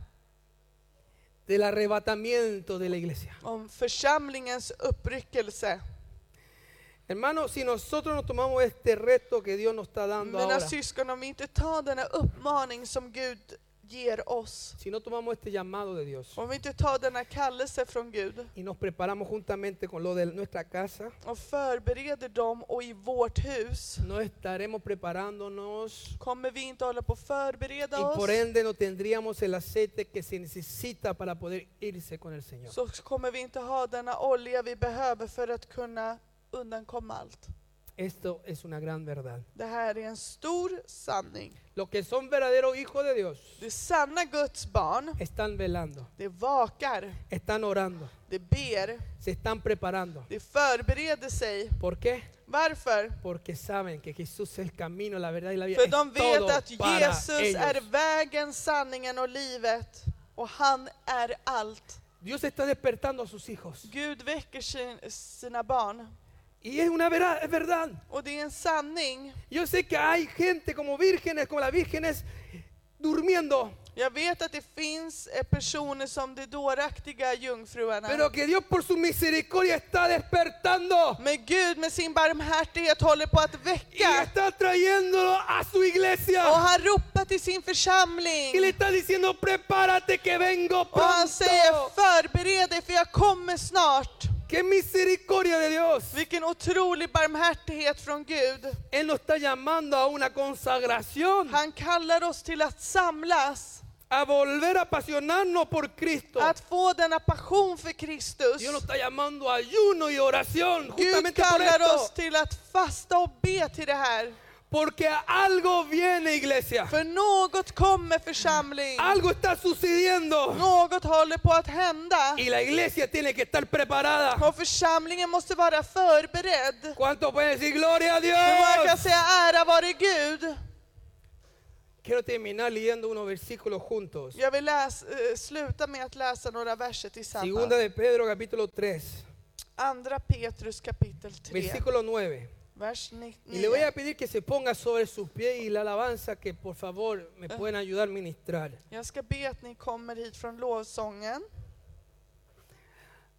A: Del arrebatamiento de la iglesia.
B: Om församlingens uppryckelse.
A: Hermanos, si nosotros nos tomamos este reto que Dios nos está dando
B: Mina
A: ahora,
B: syskon, om vi inte tar denna uppmaning som Gud ger oss,
A: si no tomamos este llamado de Dios
B: om vi inte tar denna kallelse från Gud
A: y nos preparamos juntamente con lo de nuestra casa,
B: och förbereder dem och i vårt hus,
A: no estaremos preparándonos
B: kommer vi inte hålla på att förbereda
A: y por
B: oss,
A: ende no tendríamos el aceite que se necesita para poder irse con el Señor.
B: så kommer vi inte ha denna olja vi behöver för att kunna undankomma allt.
A: Esto es una gran verdad.
B: Det här är en stor sanning.
A: Los que son verdaderos hijos de Dios
B: Det sanna Guds barn,
A: están velando,
B: det vakar,
A: están orando,
B: det ber,
A: se están preparando.
B: det förbereder sig.
A: ¿Por qué?
B: Varför?
A: Porque saben que Jesús es el camino, la verdad y la vida.
B: För
A: Es
B: de
A: todo
B: vet att
A: para
B: Jesus
A: ellos.
B: är vägen, sanningen och livet. Och han är allt.
A: Dios está despertando a sus hijos.
B: Gud väcker sin, sina barn.
A: Y es una vera- es verdad.
B: Och det är en sanning.
A: Yo sé que hay gente como vírgenes, como las vírgenes, durmiendo.
B: Jag vet att det finns eh, personer som de dåraktiga jungfruarna.
A: Pero que Dios por su misericordia está despertando.
B: Men Gud med sin barmhärtighet håller på att
A: Y
B: väcka.
A: está trayéndolo a su
B: Och
A: iglesia.
B: han ropar till sin
A: Y le
B: församling.
A: está diciendo, prepárate que vengo
B: Och han säger
A: pronto.
B: förbered dig för jag kommer snart.
A: Qué misericordia de Dios.
B: Vilken otrolig barmhärtighet från Gud.
A: Él nos está llamando a una consagración.
B: Han kallar oss till att samlas,
A: a volver a apasionarnos por Cristo.
B: att få denna passion för Kristus.
A: Dios nos está llamando a ayuno y oración
B: Gud
A: justamente por
B: kallar oss
A: esto.
B: till att fasta och be till det här.
A: Porque algo viene, iglesia.
B: För något kommer församling,
A: Algo está sucediendo.
B: något håller på att hända.
A: Y la iglesia tiene que estar preparada.
B: Och församlingen måste vara förberedd.
A: ¿Cuánto pueden decir gloria a
B: Hur man kan
A: Dios?
B: säga ära vare Gud.
A: Quiero terminar leyendo unos versículos juntos.
B: Jag vill läs, eh, sluta med att läsa några verser tillsammans.
A: Segunda de Pedro capítulo 3,
B: Andra Petrus kapitel 3,
A: versículo 9.
B: vers
A: Y le voy
B: 9.
A: a pedir que se ponga sobre sus pies y la alabanza que por favor me pueden ayudar a ministrar.
B: Jag ska be att ni kommer hit från lovsången.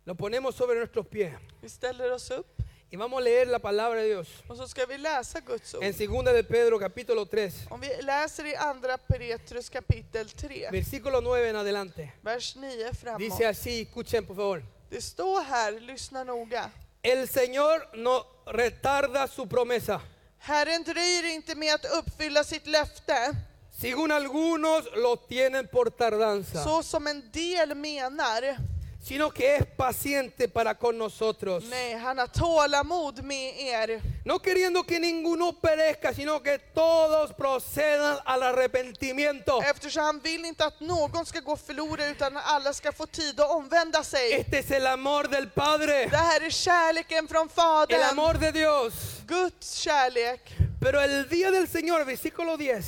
A: Lo ponemos sobre nuestros pies.
B: Vi ställer oss upp
A: Y vamos a leer la palabra de Dios.
B: och så ska vi läsa Guds ord.
A: En segunda de Pedro capítulo 3,
B: Om vi läser i andra Petrus kapitel 3,
A: versículo 9 en adelante.
B: vers 9 framåt.
A: Dice así, escuchen por favor.
B: Det står här, lyssna noga.
A: El Señor no retarda su promesa,
B: Herren dröjer inte med att uppfylla sitt löfte,
A: según algunos lo tienen por tardanza,
B: så som en del menar.
A: sino que es paciente para con nosotros,
B: Nej, han har tålamod med er,
A: no queriendo que ninguno perezca, sino que todos procedan al arrepentimiento.
B: eftersom han vill inte att någon ska gå förlorad utan alla ska få tid att omvända sig.
A: Este es el amor del Padre,
B: Det här är kärleken från
A: el
B: Fadern,
A: amor de Dios.
B: Guds kärlek.
A: Pero el día del Señor, versículo 10.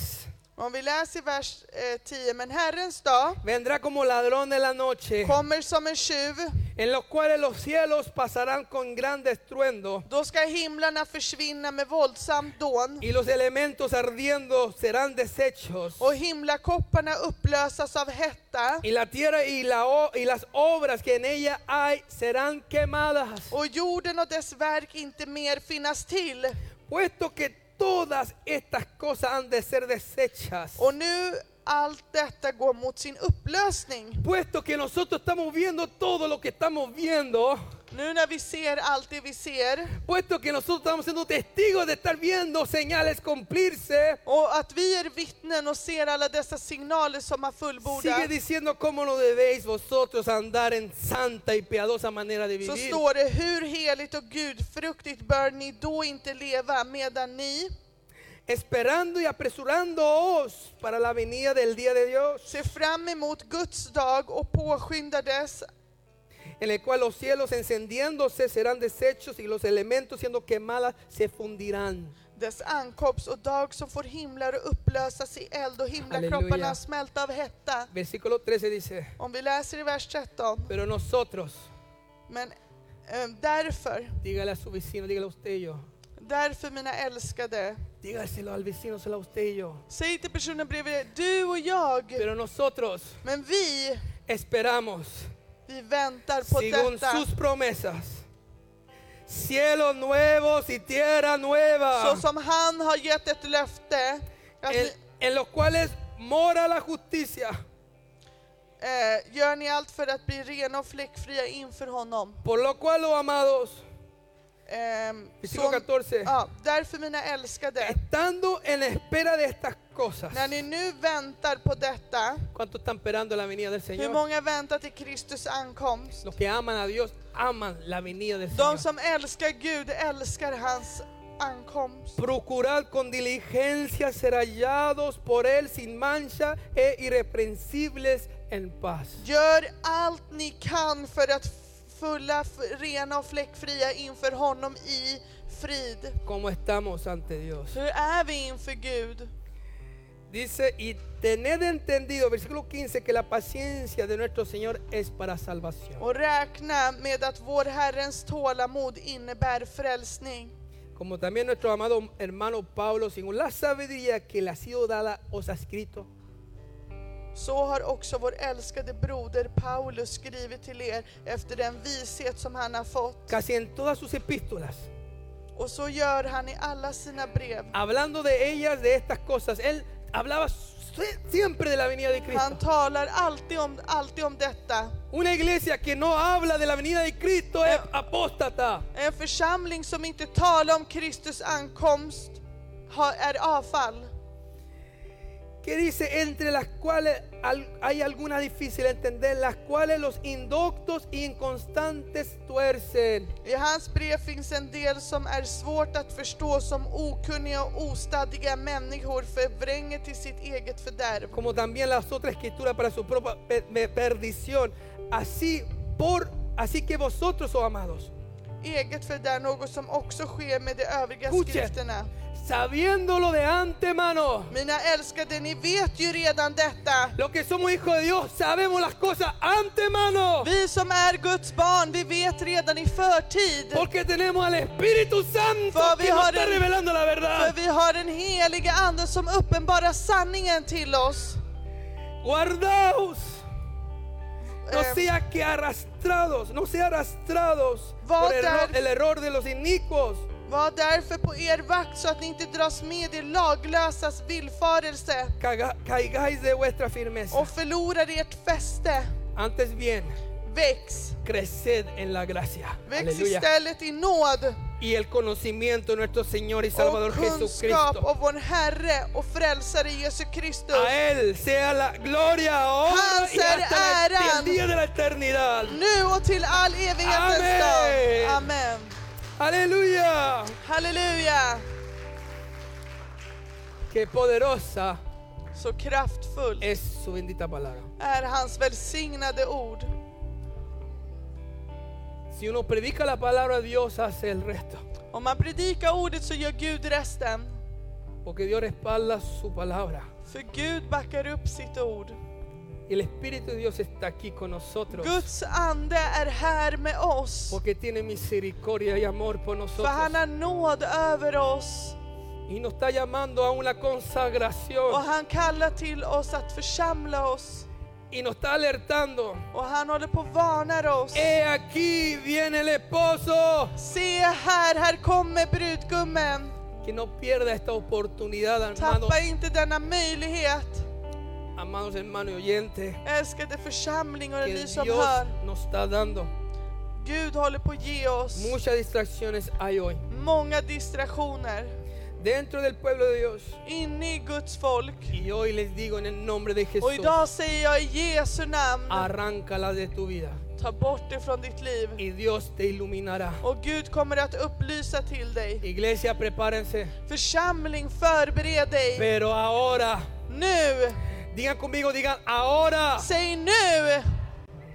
B: Om vi läser vers eh, 10, men Herrens dag
A: vendrá como ladrón de la noche,
B: kommer som en tjuv,
A: en los cuales los cielos pasarán con gran estruendo
B: då ska himlarna försvinna med våldsamt dån
A: y los elementos ardiendo serán deshechos
B: och himlakopparna upplösas av hetta
A: y la tierra y, la o- y las obras que en ella hay serán quemadas,
B: och jorden och dess verk inte mer finnas till.
A: puesto que todas estas cosas han de ser deshechas.
B: Och nu allt detta går mot sin upplösning.
A: Puesto que nosotros estamos viendo todo lo que estamos viendo,
B: Nu när vi ser allt det vi ser
A: puesto que nosotros estamos siendo testigos de estar viendo señales cumplirse,
B: och att vi är vittnen och ser alla dessa signaler som har
A: sigue
B: fullbordats
A: diciendo cómo no debéis vosotros andar en santa y piadosa manera de
B: så
A: vivir,
B: står det hur heligt och gudfruktigt bör ni då inte leva medan ni
A: esperando y apresurándoos para la venida del día de Dios,
B: ser fram emot Guds dag och påskyndar dess
A: en el cual los cielos encendiéndose serán deshechos y los elementos siendo quemadas se fundirán.
B: dess ankomst och dag som får himlar att upplösas i eld och
A: Halleluja.
B: himlakropparna smälta av hetta.
A: Versículo 13 dice,
B: Om vi läser i vers 13.
A: pero nosotros,
B: Men eh, därför,
A: dígale a su vecino, dígale a usted y yo,
B: därför mina älskade,
A: Dígaselo al vecino, solo a usted y yo.
B: säg till personen bredvid dig, du och jag,
A: Pero nosotros
B: men vi,
A: esperamos,
B: vi väntar på
A: según
B: detta.
A: sus promesas, cielos nuevos y tierra nueva,
B: Så som han har gett ett löfte, att
A: en,
B: vi,
A: en los cuales mora la justicia,
B: eh, gör ni allt för att bli rena och fläckfria inför honom.
A: por lo cual, oh amados,
B: Ehm,
A: versículo 14,
B: ja, därför mina älskade,
A: estando en espera de estas cosas,
B: när ni nu väntar på detta,
A: ¿cuánto están esperando la venida del
B: hur
A: Señor?
B: många väntar till Kristus ankomst?
A: Los que aman a Dios aman la venida del
B: De
A: Señor.
B: som älskar Gud älskar hans ankomst.
A: Procurad con diligencia ser hallados por Él sin mancha e irreprensibles en paz.
B: Gör allt ni kan för att fulla, f- rena och fläckfria inför honom i frid.
A: Como estamos ante Dios.
B: Hur är vi inför Gud?
A: Dice, y tened entendido, versículo 15, que la paciencia de nuestro Señor es para salvación.
B: Och räkna med att vår Herrens tålamod innebär frälsning.
A: Como también nuestro amado hermano Pablo, según la sabiduría que le ha sido dada, os ha escrito.
B: Så har också vår älskade broder Paulus skrivit till er efter den vishet som han har fått.
A: Casi en todas sus epístolas,
B: Och så gör han i alla sina brev.
A: hablando de ellas, de estas cosas. Él hablaba sie- siempre de la venida de Cristo.
B: Han talar alltid om, alltid om detta.
A: Una iglesia que no habla de la venida de Cristo es apóstata.
B: En församling som inte talar om Kristus ankomst har- är avfall.
A: Que dice, entre las cuales al- hay algunas difíciles de entender, las cuales los indoctos e inconstantes tuercen.
B: I hans brev finns en del som är svårt att förstå som okunniga och ostadiga människor förvränger till sitt eget fördärv.
A: Como también las otras escrituras para su propia pe- me- perdición. Así, por, así que vosotros, oh amados,
B: Eget fördärv, något som också sker med de övriga
A: Kuche.
B: skrifterna.
A: sabiéndolo de antemano,
B: Mina älskade, ni vet ju redan detta.
A: lo que somos hijos de Dios, sabemos las cosas antemano.
B: Vi som är Guds barn, vi vet redan i förtid.
A: Porque tenemos al Espíritu Santo
B: För vi
A: que nos
B: har
A: está
B: en-
A: revelando la
B: För
A: verdad.
B: vi har den heliga Ande som uppenbarar sanningen till oss.
A: Guardaos. No
B: Ehm,
A: sea que arrastrados, no sea arrastrados
B: Va
A: por erro-
B: där.
A: el error de los inicuos,
B: Var därför på er vakt så att ni inte dras med i laglösas villfarelse
A: caga- caigáis de vuestra firmeza.
B: och förlorar ert fäste.
A: Antes bien,
B: Väx,
A: creced en la gracia.
B: väx
A: Aleluya.
B: istället i nåd
A: Y el conocimiento de nuestro Señor y Salvador
B: och kunskap
A: Jesucristo.
B: av vår Herre och frälsare Jesus Kristus.
A: A Él sea la gloria ahora y
B: Hanser
A: hasta el-
B: äran.
A: el día de la eternidad.
B: Nu och till all evighetens
A: Amen.
B: dag. Amen.
A: Aleluya.
B: Halleluja.
A: Qué poderosa
B: Så kraftfull
A: es su bendita palabra.
B: är hans välsignade ord.
A: Si uno predica la palabra, Dios hace el resto.
B: Om man predikar ordet så gör Gud resten.
A: Porque Dios respalda su palabra.
B: För Gud backar upp sitt ord.
A: El Espíritu de Dios está aquí con nosotros
B: Guds ande är här med oss.
A: porque tiene misericordia y amor por
B: För han
A: nosotros
B: har nåd över oss.
A: y nos está llamando a una
B: Och
A: consagración
B: han kallar till oss att församla oss.
A: y nos está alertando.
B: Och han håller på och varnar oss.
A: He aquí viene el esposo.
B: Se här, här kommer brudgummen.
A: Que no pierda esta oportunidad, hermanos,
B: Tappa inte denna möjlighet.
A: amados hermanos y oyentes,
B: Älskade församling och
A: que
B: ni som
A: Dios
B: hör.
A: nos está dando.
B: Gud håller på att ge oss
A: Muchas distracciones hay hoy.
B: många distraktioner
A: dentro del pueblo de Dios.
B: inne i Guds folk.
A: Y hoy les digo en el nombre de Jesús,
B: Och idag säger jag i Jesu
A: Ah.
B: namn,
A: arráncala de tu vida
B: ta bort det från ditt liv.
A: y Dios te iluminará.
B: Och Gud kommer att upplysa till dig.
A: Iglesia, prepárense,
B: Församling, förbered dig.
A: pero ahora,
B: Nu!
A: digan conmigo, digan ahora,
B: Säg nu!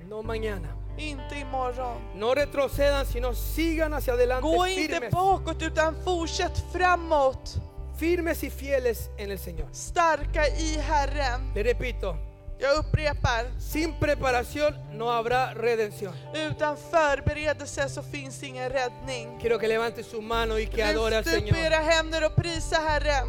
A: no mañana.
B: Inte imorgon.
A: No retrocedan, sino sigan hacia adelante
B: Gå inte
A: firmes,
B: bakåt utan fortsätt framåt.
A: firmes y fieles en el Señor.
B: Starka i Herren.
A: Le repito,
B: Jag upprepar,
A: sin preparación no habrá redención.
B: utan förberedelse så finns ingen räddning.
A: Quiero que levante su mano y que adore al
B: Lyft upp
A: Señor.
B: era händer och prisa Herren.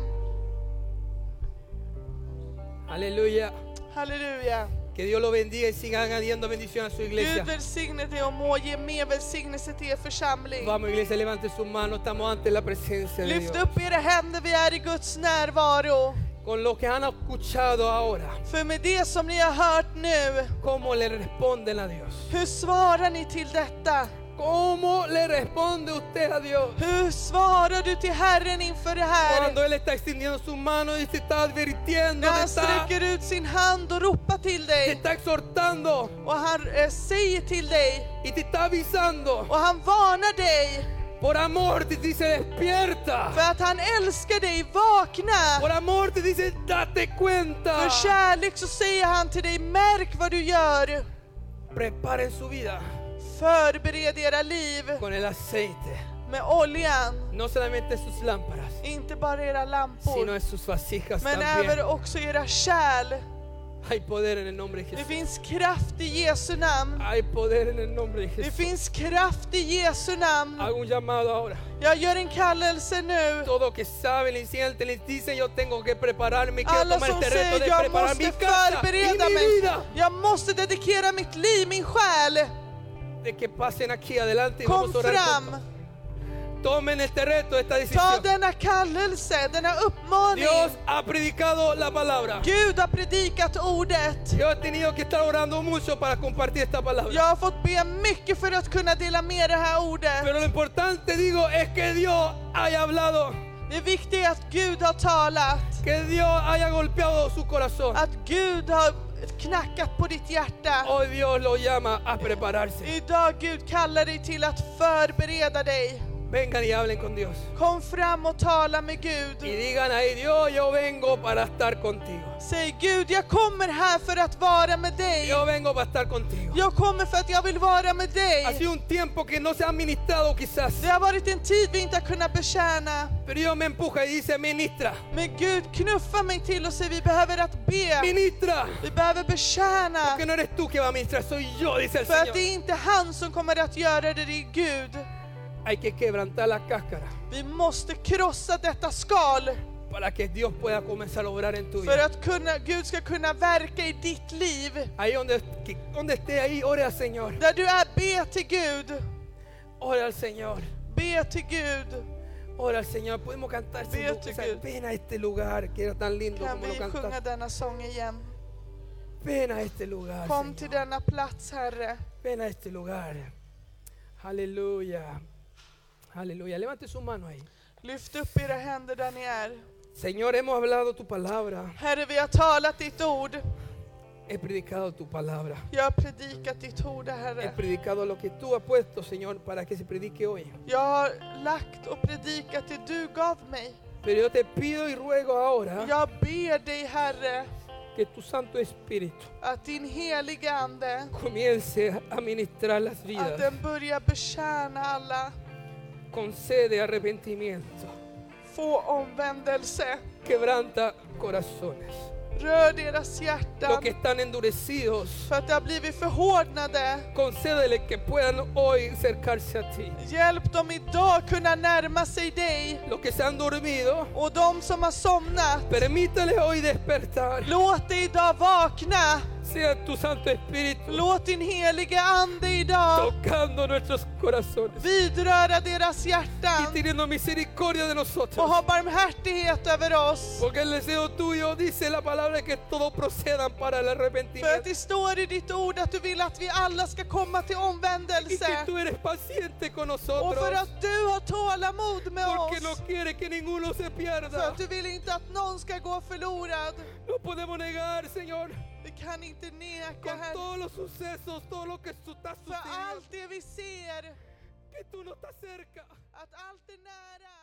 A: Aleluya.
B: Halleluja.
A: Que Dios lo bendiga y siga añadiendo bendición a su iglesia.
B: Gud välsigne dig och må ge mer välsignelse till er församling.
A: Vamos iglesia, levante sus manos, estamos ante la presencia de
B: Lyft
A: Dios.
B: upp era händer, vi är i Guds närvaro.
A: Con lo que han escuchado ahora,
B: För med det som ni har hört nu,
A: ¿cómo le responden a Dios?
B: hur svarar ni till detta?
A: ¿Cómo le responde usted a Dios?
B: Hur svarar du till Herren inför det
A: Cuando
B: här?
A: Él está extendiendo sus manos y te está advirtiendo,
B: När
A: te
B: han
A: está,
B: sträcker ut sin hand och ropar till
A: te
B: dig
A: está exhortando
B: och han eh, säger till dig
A: y te está avisando.
B: och han varnar dig
A: Por amor te dice,
B: för
A: despierta.
B: att han älskar dig, vakna!
A: Por amor te dice, date cuenta.
B: För kärlek så säger han till dig, märk vad du gör!
A: Preparen su vida
B: Förbered era liv.
A: con el aceite.
B: med oljan,
A: No solamente sus lámparas,
B: inte bara era
A: sino
B: lampor,
A: en sus vasijas
B: men
A: también.
B: även också era kärl.
A: Hay poder en el nombre de
B: Det
A: Jesús.
B: finns kraft i Jesu namn.
A: Hay poder en el nombre de
B: Det
A: Jesús.
B: finns kraft i Jesu namn.
A: Hago un llamado ahora.
B: Jag gör en kallelse nu.
A: Todo que saben y sienten y dicen yo tengo que prepararme, quiero
B: Alla
A: tomar
B: som
A: este reto
B: säger
A: de
B: jag
A: preparar mi
B: måste
A: casa y
B: förbereda
A: mi
B: mig.
A: vida.
B: Jag måste dedikera mitt liv, min själ.
A: De que pasen aquí adelante y
B: Kom
A: vamos a orar
B: fram.
A: juntos. Tomen este reto, esta
B: Ta
A: decisión.
B: denna kallelse, denna
A: Dios
B: uppmaning.
A: ha predicado la palabra.
B: Gud har predikat ordet.
A: Yo he tenido que estar orando mucho para compartir esta
B: Jag
A: palabra.
B: har fått be mycket för att kunna dela med det här ordet.
A: Pero lo importante digo es que Dios haya hablado,
B: Det viktiga är att Gud har talat.
A: que Dios haya golpeado su corazón.
B: att Gud har knackat på ditt hjärta.
A: Hoy Dios lo llama a prepararse.
B: Idag Gud kallar dig till att förbereda dig.
A: Vengan y hablen con Dios.
B: Kom fram och tala med
A: Y
B: Gud.
A: digan ahí, Dios, yo vengo para estar contigo.
B: Säg Gud, jag kommer här för att vara med dig.
A: Yo vengo para estar contigo.
B: Jag kommer för att jag vill vara med
A: Ha
B: dig.
A: sido un tiempo que no se ha ministrado quizás,
B: Det har varit en tid vi inte har kunnat betjäna.
A: pero Dios me empuja y dice, ministra,
B: Men Gud knuffa mig till och säg vi behöver att be.
A: ministra.
B: Vi behöver betjäna.
A: Que no eres tú que va a ministrar, soy yo, dice el
B: För att det
A: Señor.
B: är inte han som kommer att göra det, det är Gud.
A: Hay que quebrantar la cáscara
B: Vi måste krossa detta skal.
A: para que Dios pueda comenzar a obrar en tu
B: För
A: vida.
B: att kunna, Gud ska kunna verka i ditt liv.
A: Ahí donde, que- donde esté ahí, ore al Señor,
B: Där du är, be till Gud.
A: ore al Señor,
B: Be till Gud.
A: ore al Señor. Podemos cantar sin
B: Ve a
A: lu-
B: tu
A: esa
B: Dios.
A: pena este lugar que era tan lindo
B: Kan
A: como lo
B: vi sjunga
A: cantaste.
B: denna sång igen?
A: Pena este lugar.
B: Kom
A: Señor.
B: till denna plats, Herre.
A: Ven a este lugar. Aleluya. Aleluya. Levante su mano ahí.
B: Lyft upp era händer där ni är.
A: Señor, hemos hablado tu palabra.
B: Herre, vi har talat ditt ord.
A: He predicado tu palabra.
B: Jag har predikat ditt ord,
A: He
B: Herre.
A: predicado lo que tú has puesto, Señor, para que se predique hoy.
B: Jag har lagt och predikat det du gav mig.
A: Pero yo te pido y ruego ahora
B: Jag ber dig, Herre,
A: que tu Santo Espíritu
B: att din heliga Ande,
A: comience a ministrar las
B: att
A: vidas.
B: den börjar betjäna alla.
A: Concede arrepentimiento.
B: Få omvändelse.
A: Quebranta corazones.
B: Rör deras
A: los
B: hjärtan
A: que están endurecidos.
B: för att det har blivit förhårdnade.
A: Concédele que puedan hoy acercarse a ti.
B: Hjälp dem idag kunna närma sig dig.
A: Los que se han dormido,
B: Och de som har somnat,
A: permítele hoy despertar.
B: låt dig idag vakna.
A: Sea tu Santo Espíritu
B: Låt din heliga Ande idag
A: tocando nuestros corazones
B: vidröra deras
A: y
B: hjärtan
A: teniendo misericordia de
B: och
A: nosotros.
B: ha barmhärtighet över oss.
A: Porque el deseo tuyo dice la palabra que todos procedan para el
B: För att
A: arrepentimiento.
B: det står i ditt ord att du vill att vi alla ska komma till
A: Y que
B: omvändelse.
A: tú eres paciente con
B: Och
A: nosotros.
B: för att du har tålamod med
A: Porque no
B: oss.
A: quiere que ninguno se
B: För
A: pierda.
B: att du vill inte att någon ska gå förlorad.
A: No podemos negar, Señor,
B: Vi kan inte neka
A: con
B: här.
A: todos los sucesos, todo lo que su- está
B: För
A: sucediendo,
B: allt det vi ser,
A: que tú no estás cerca.
B: att allt är nära.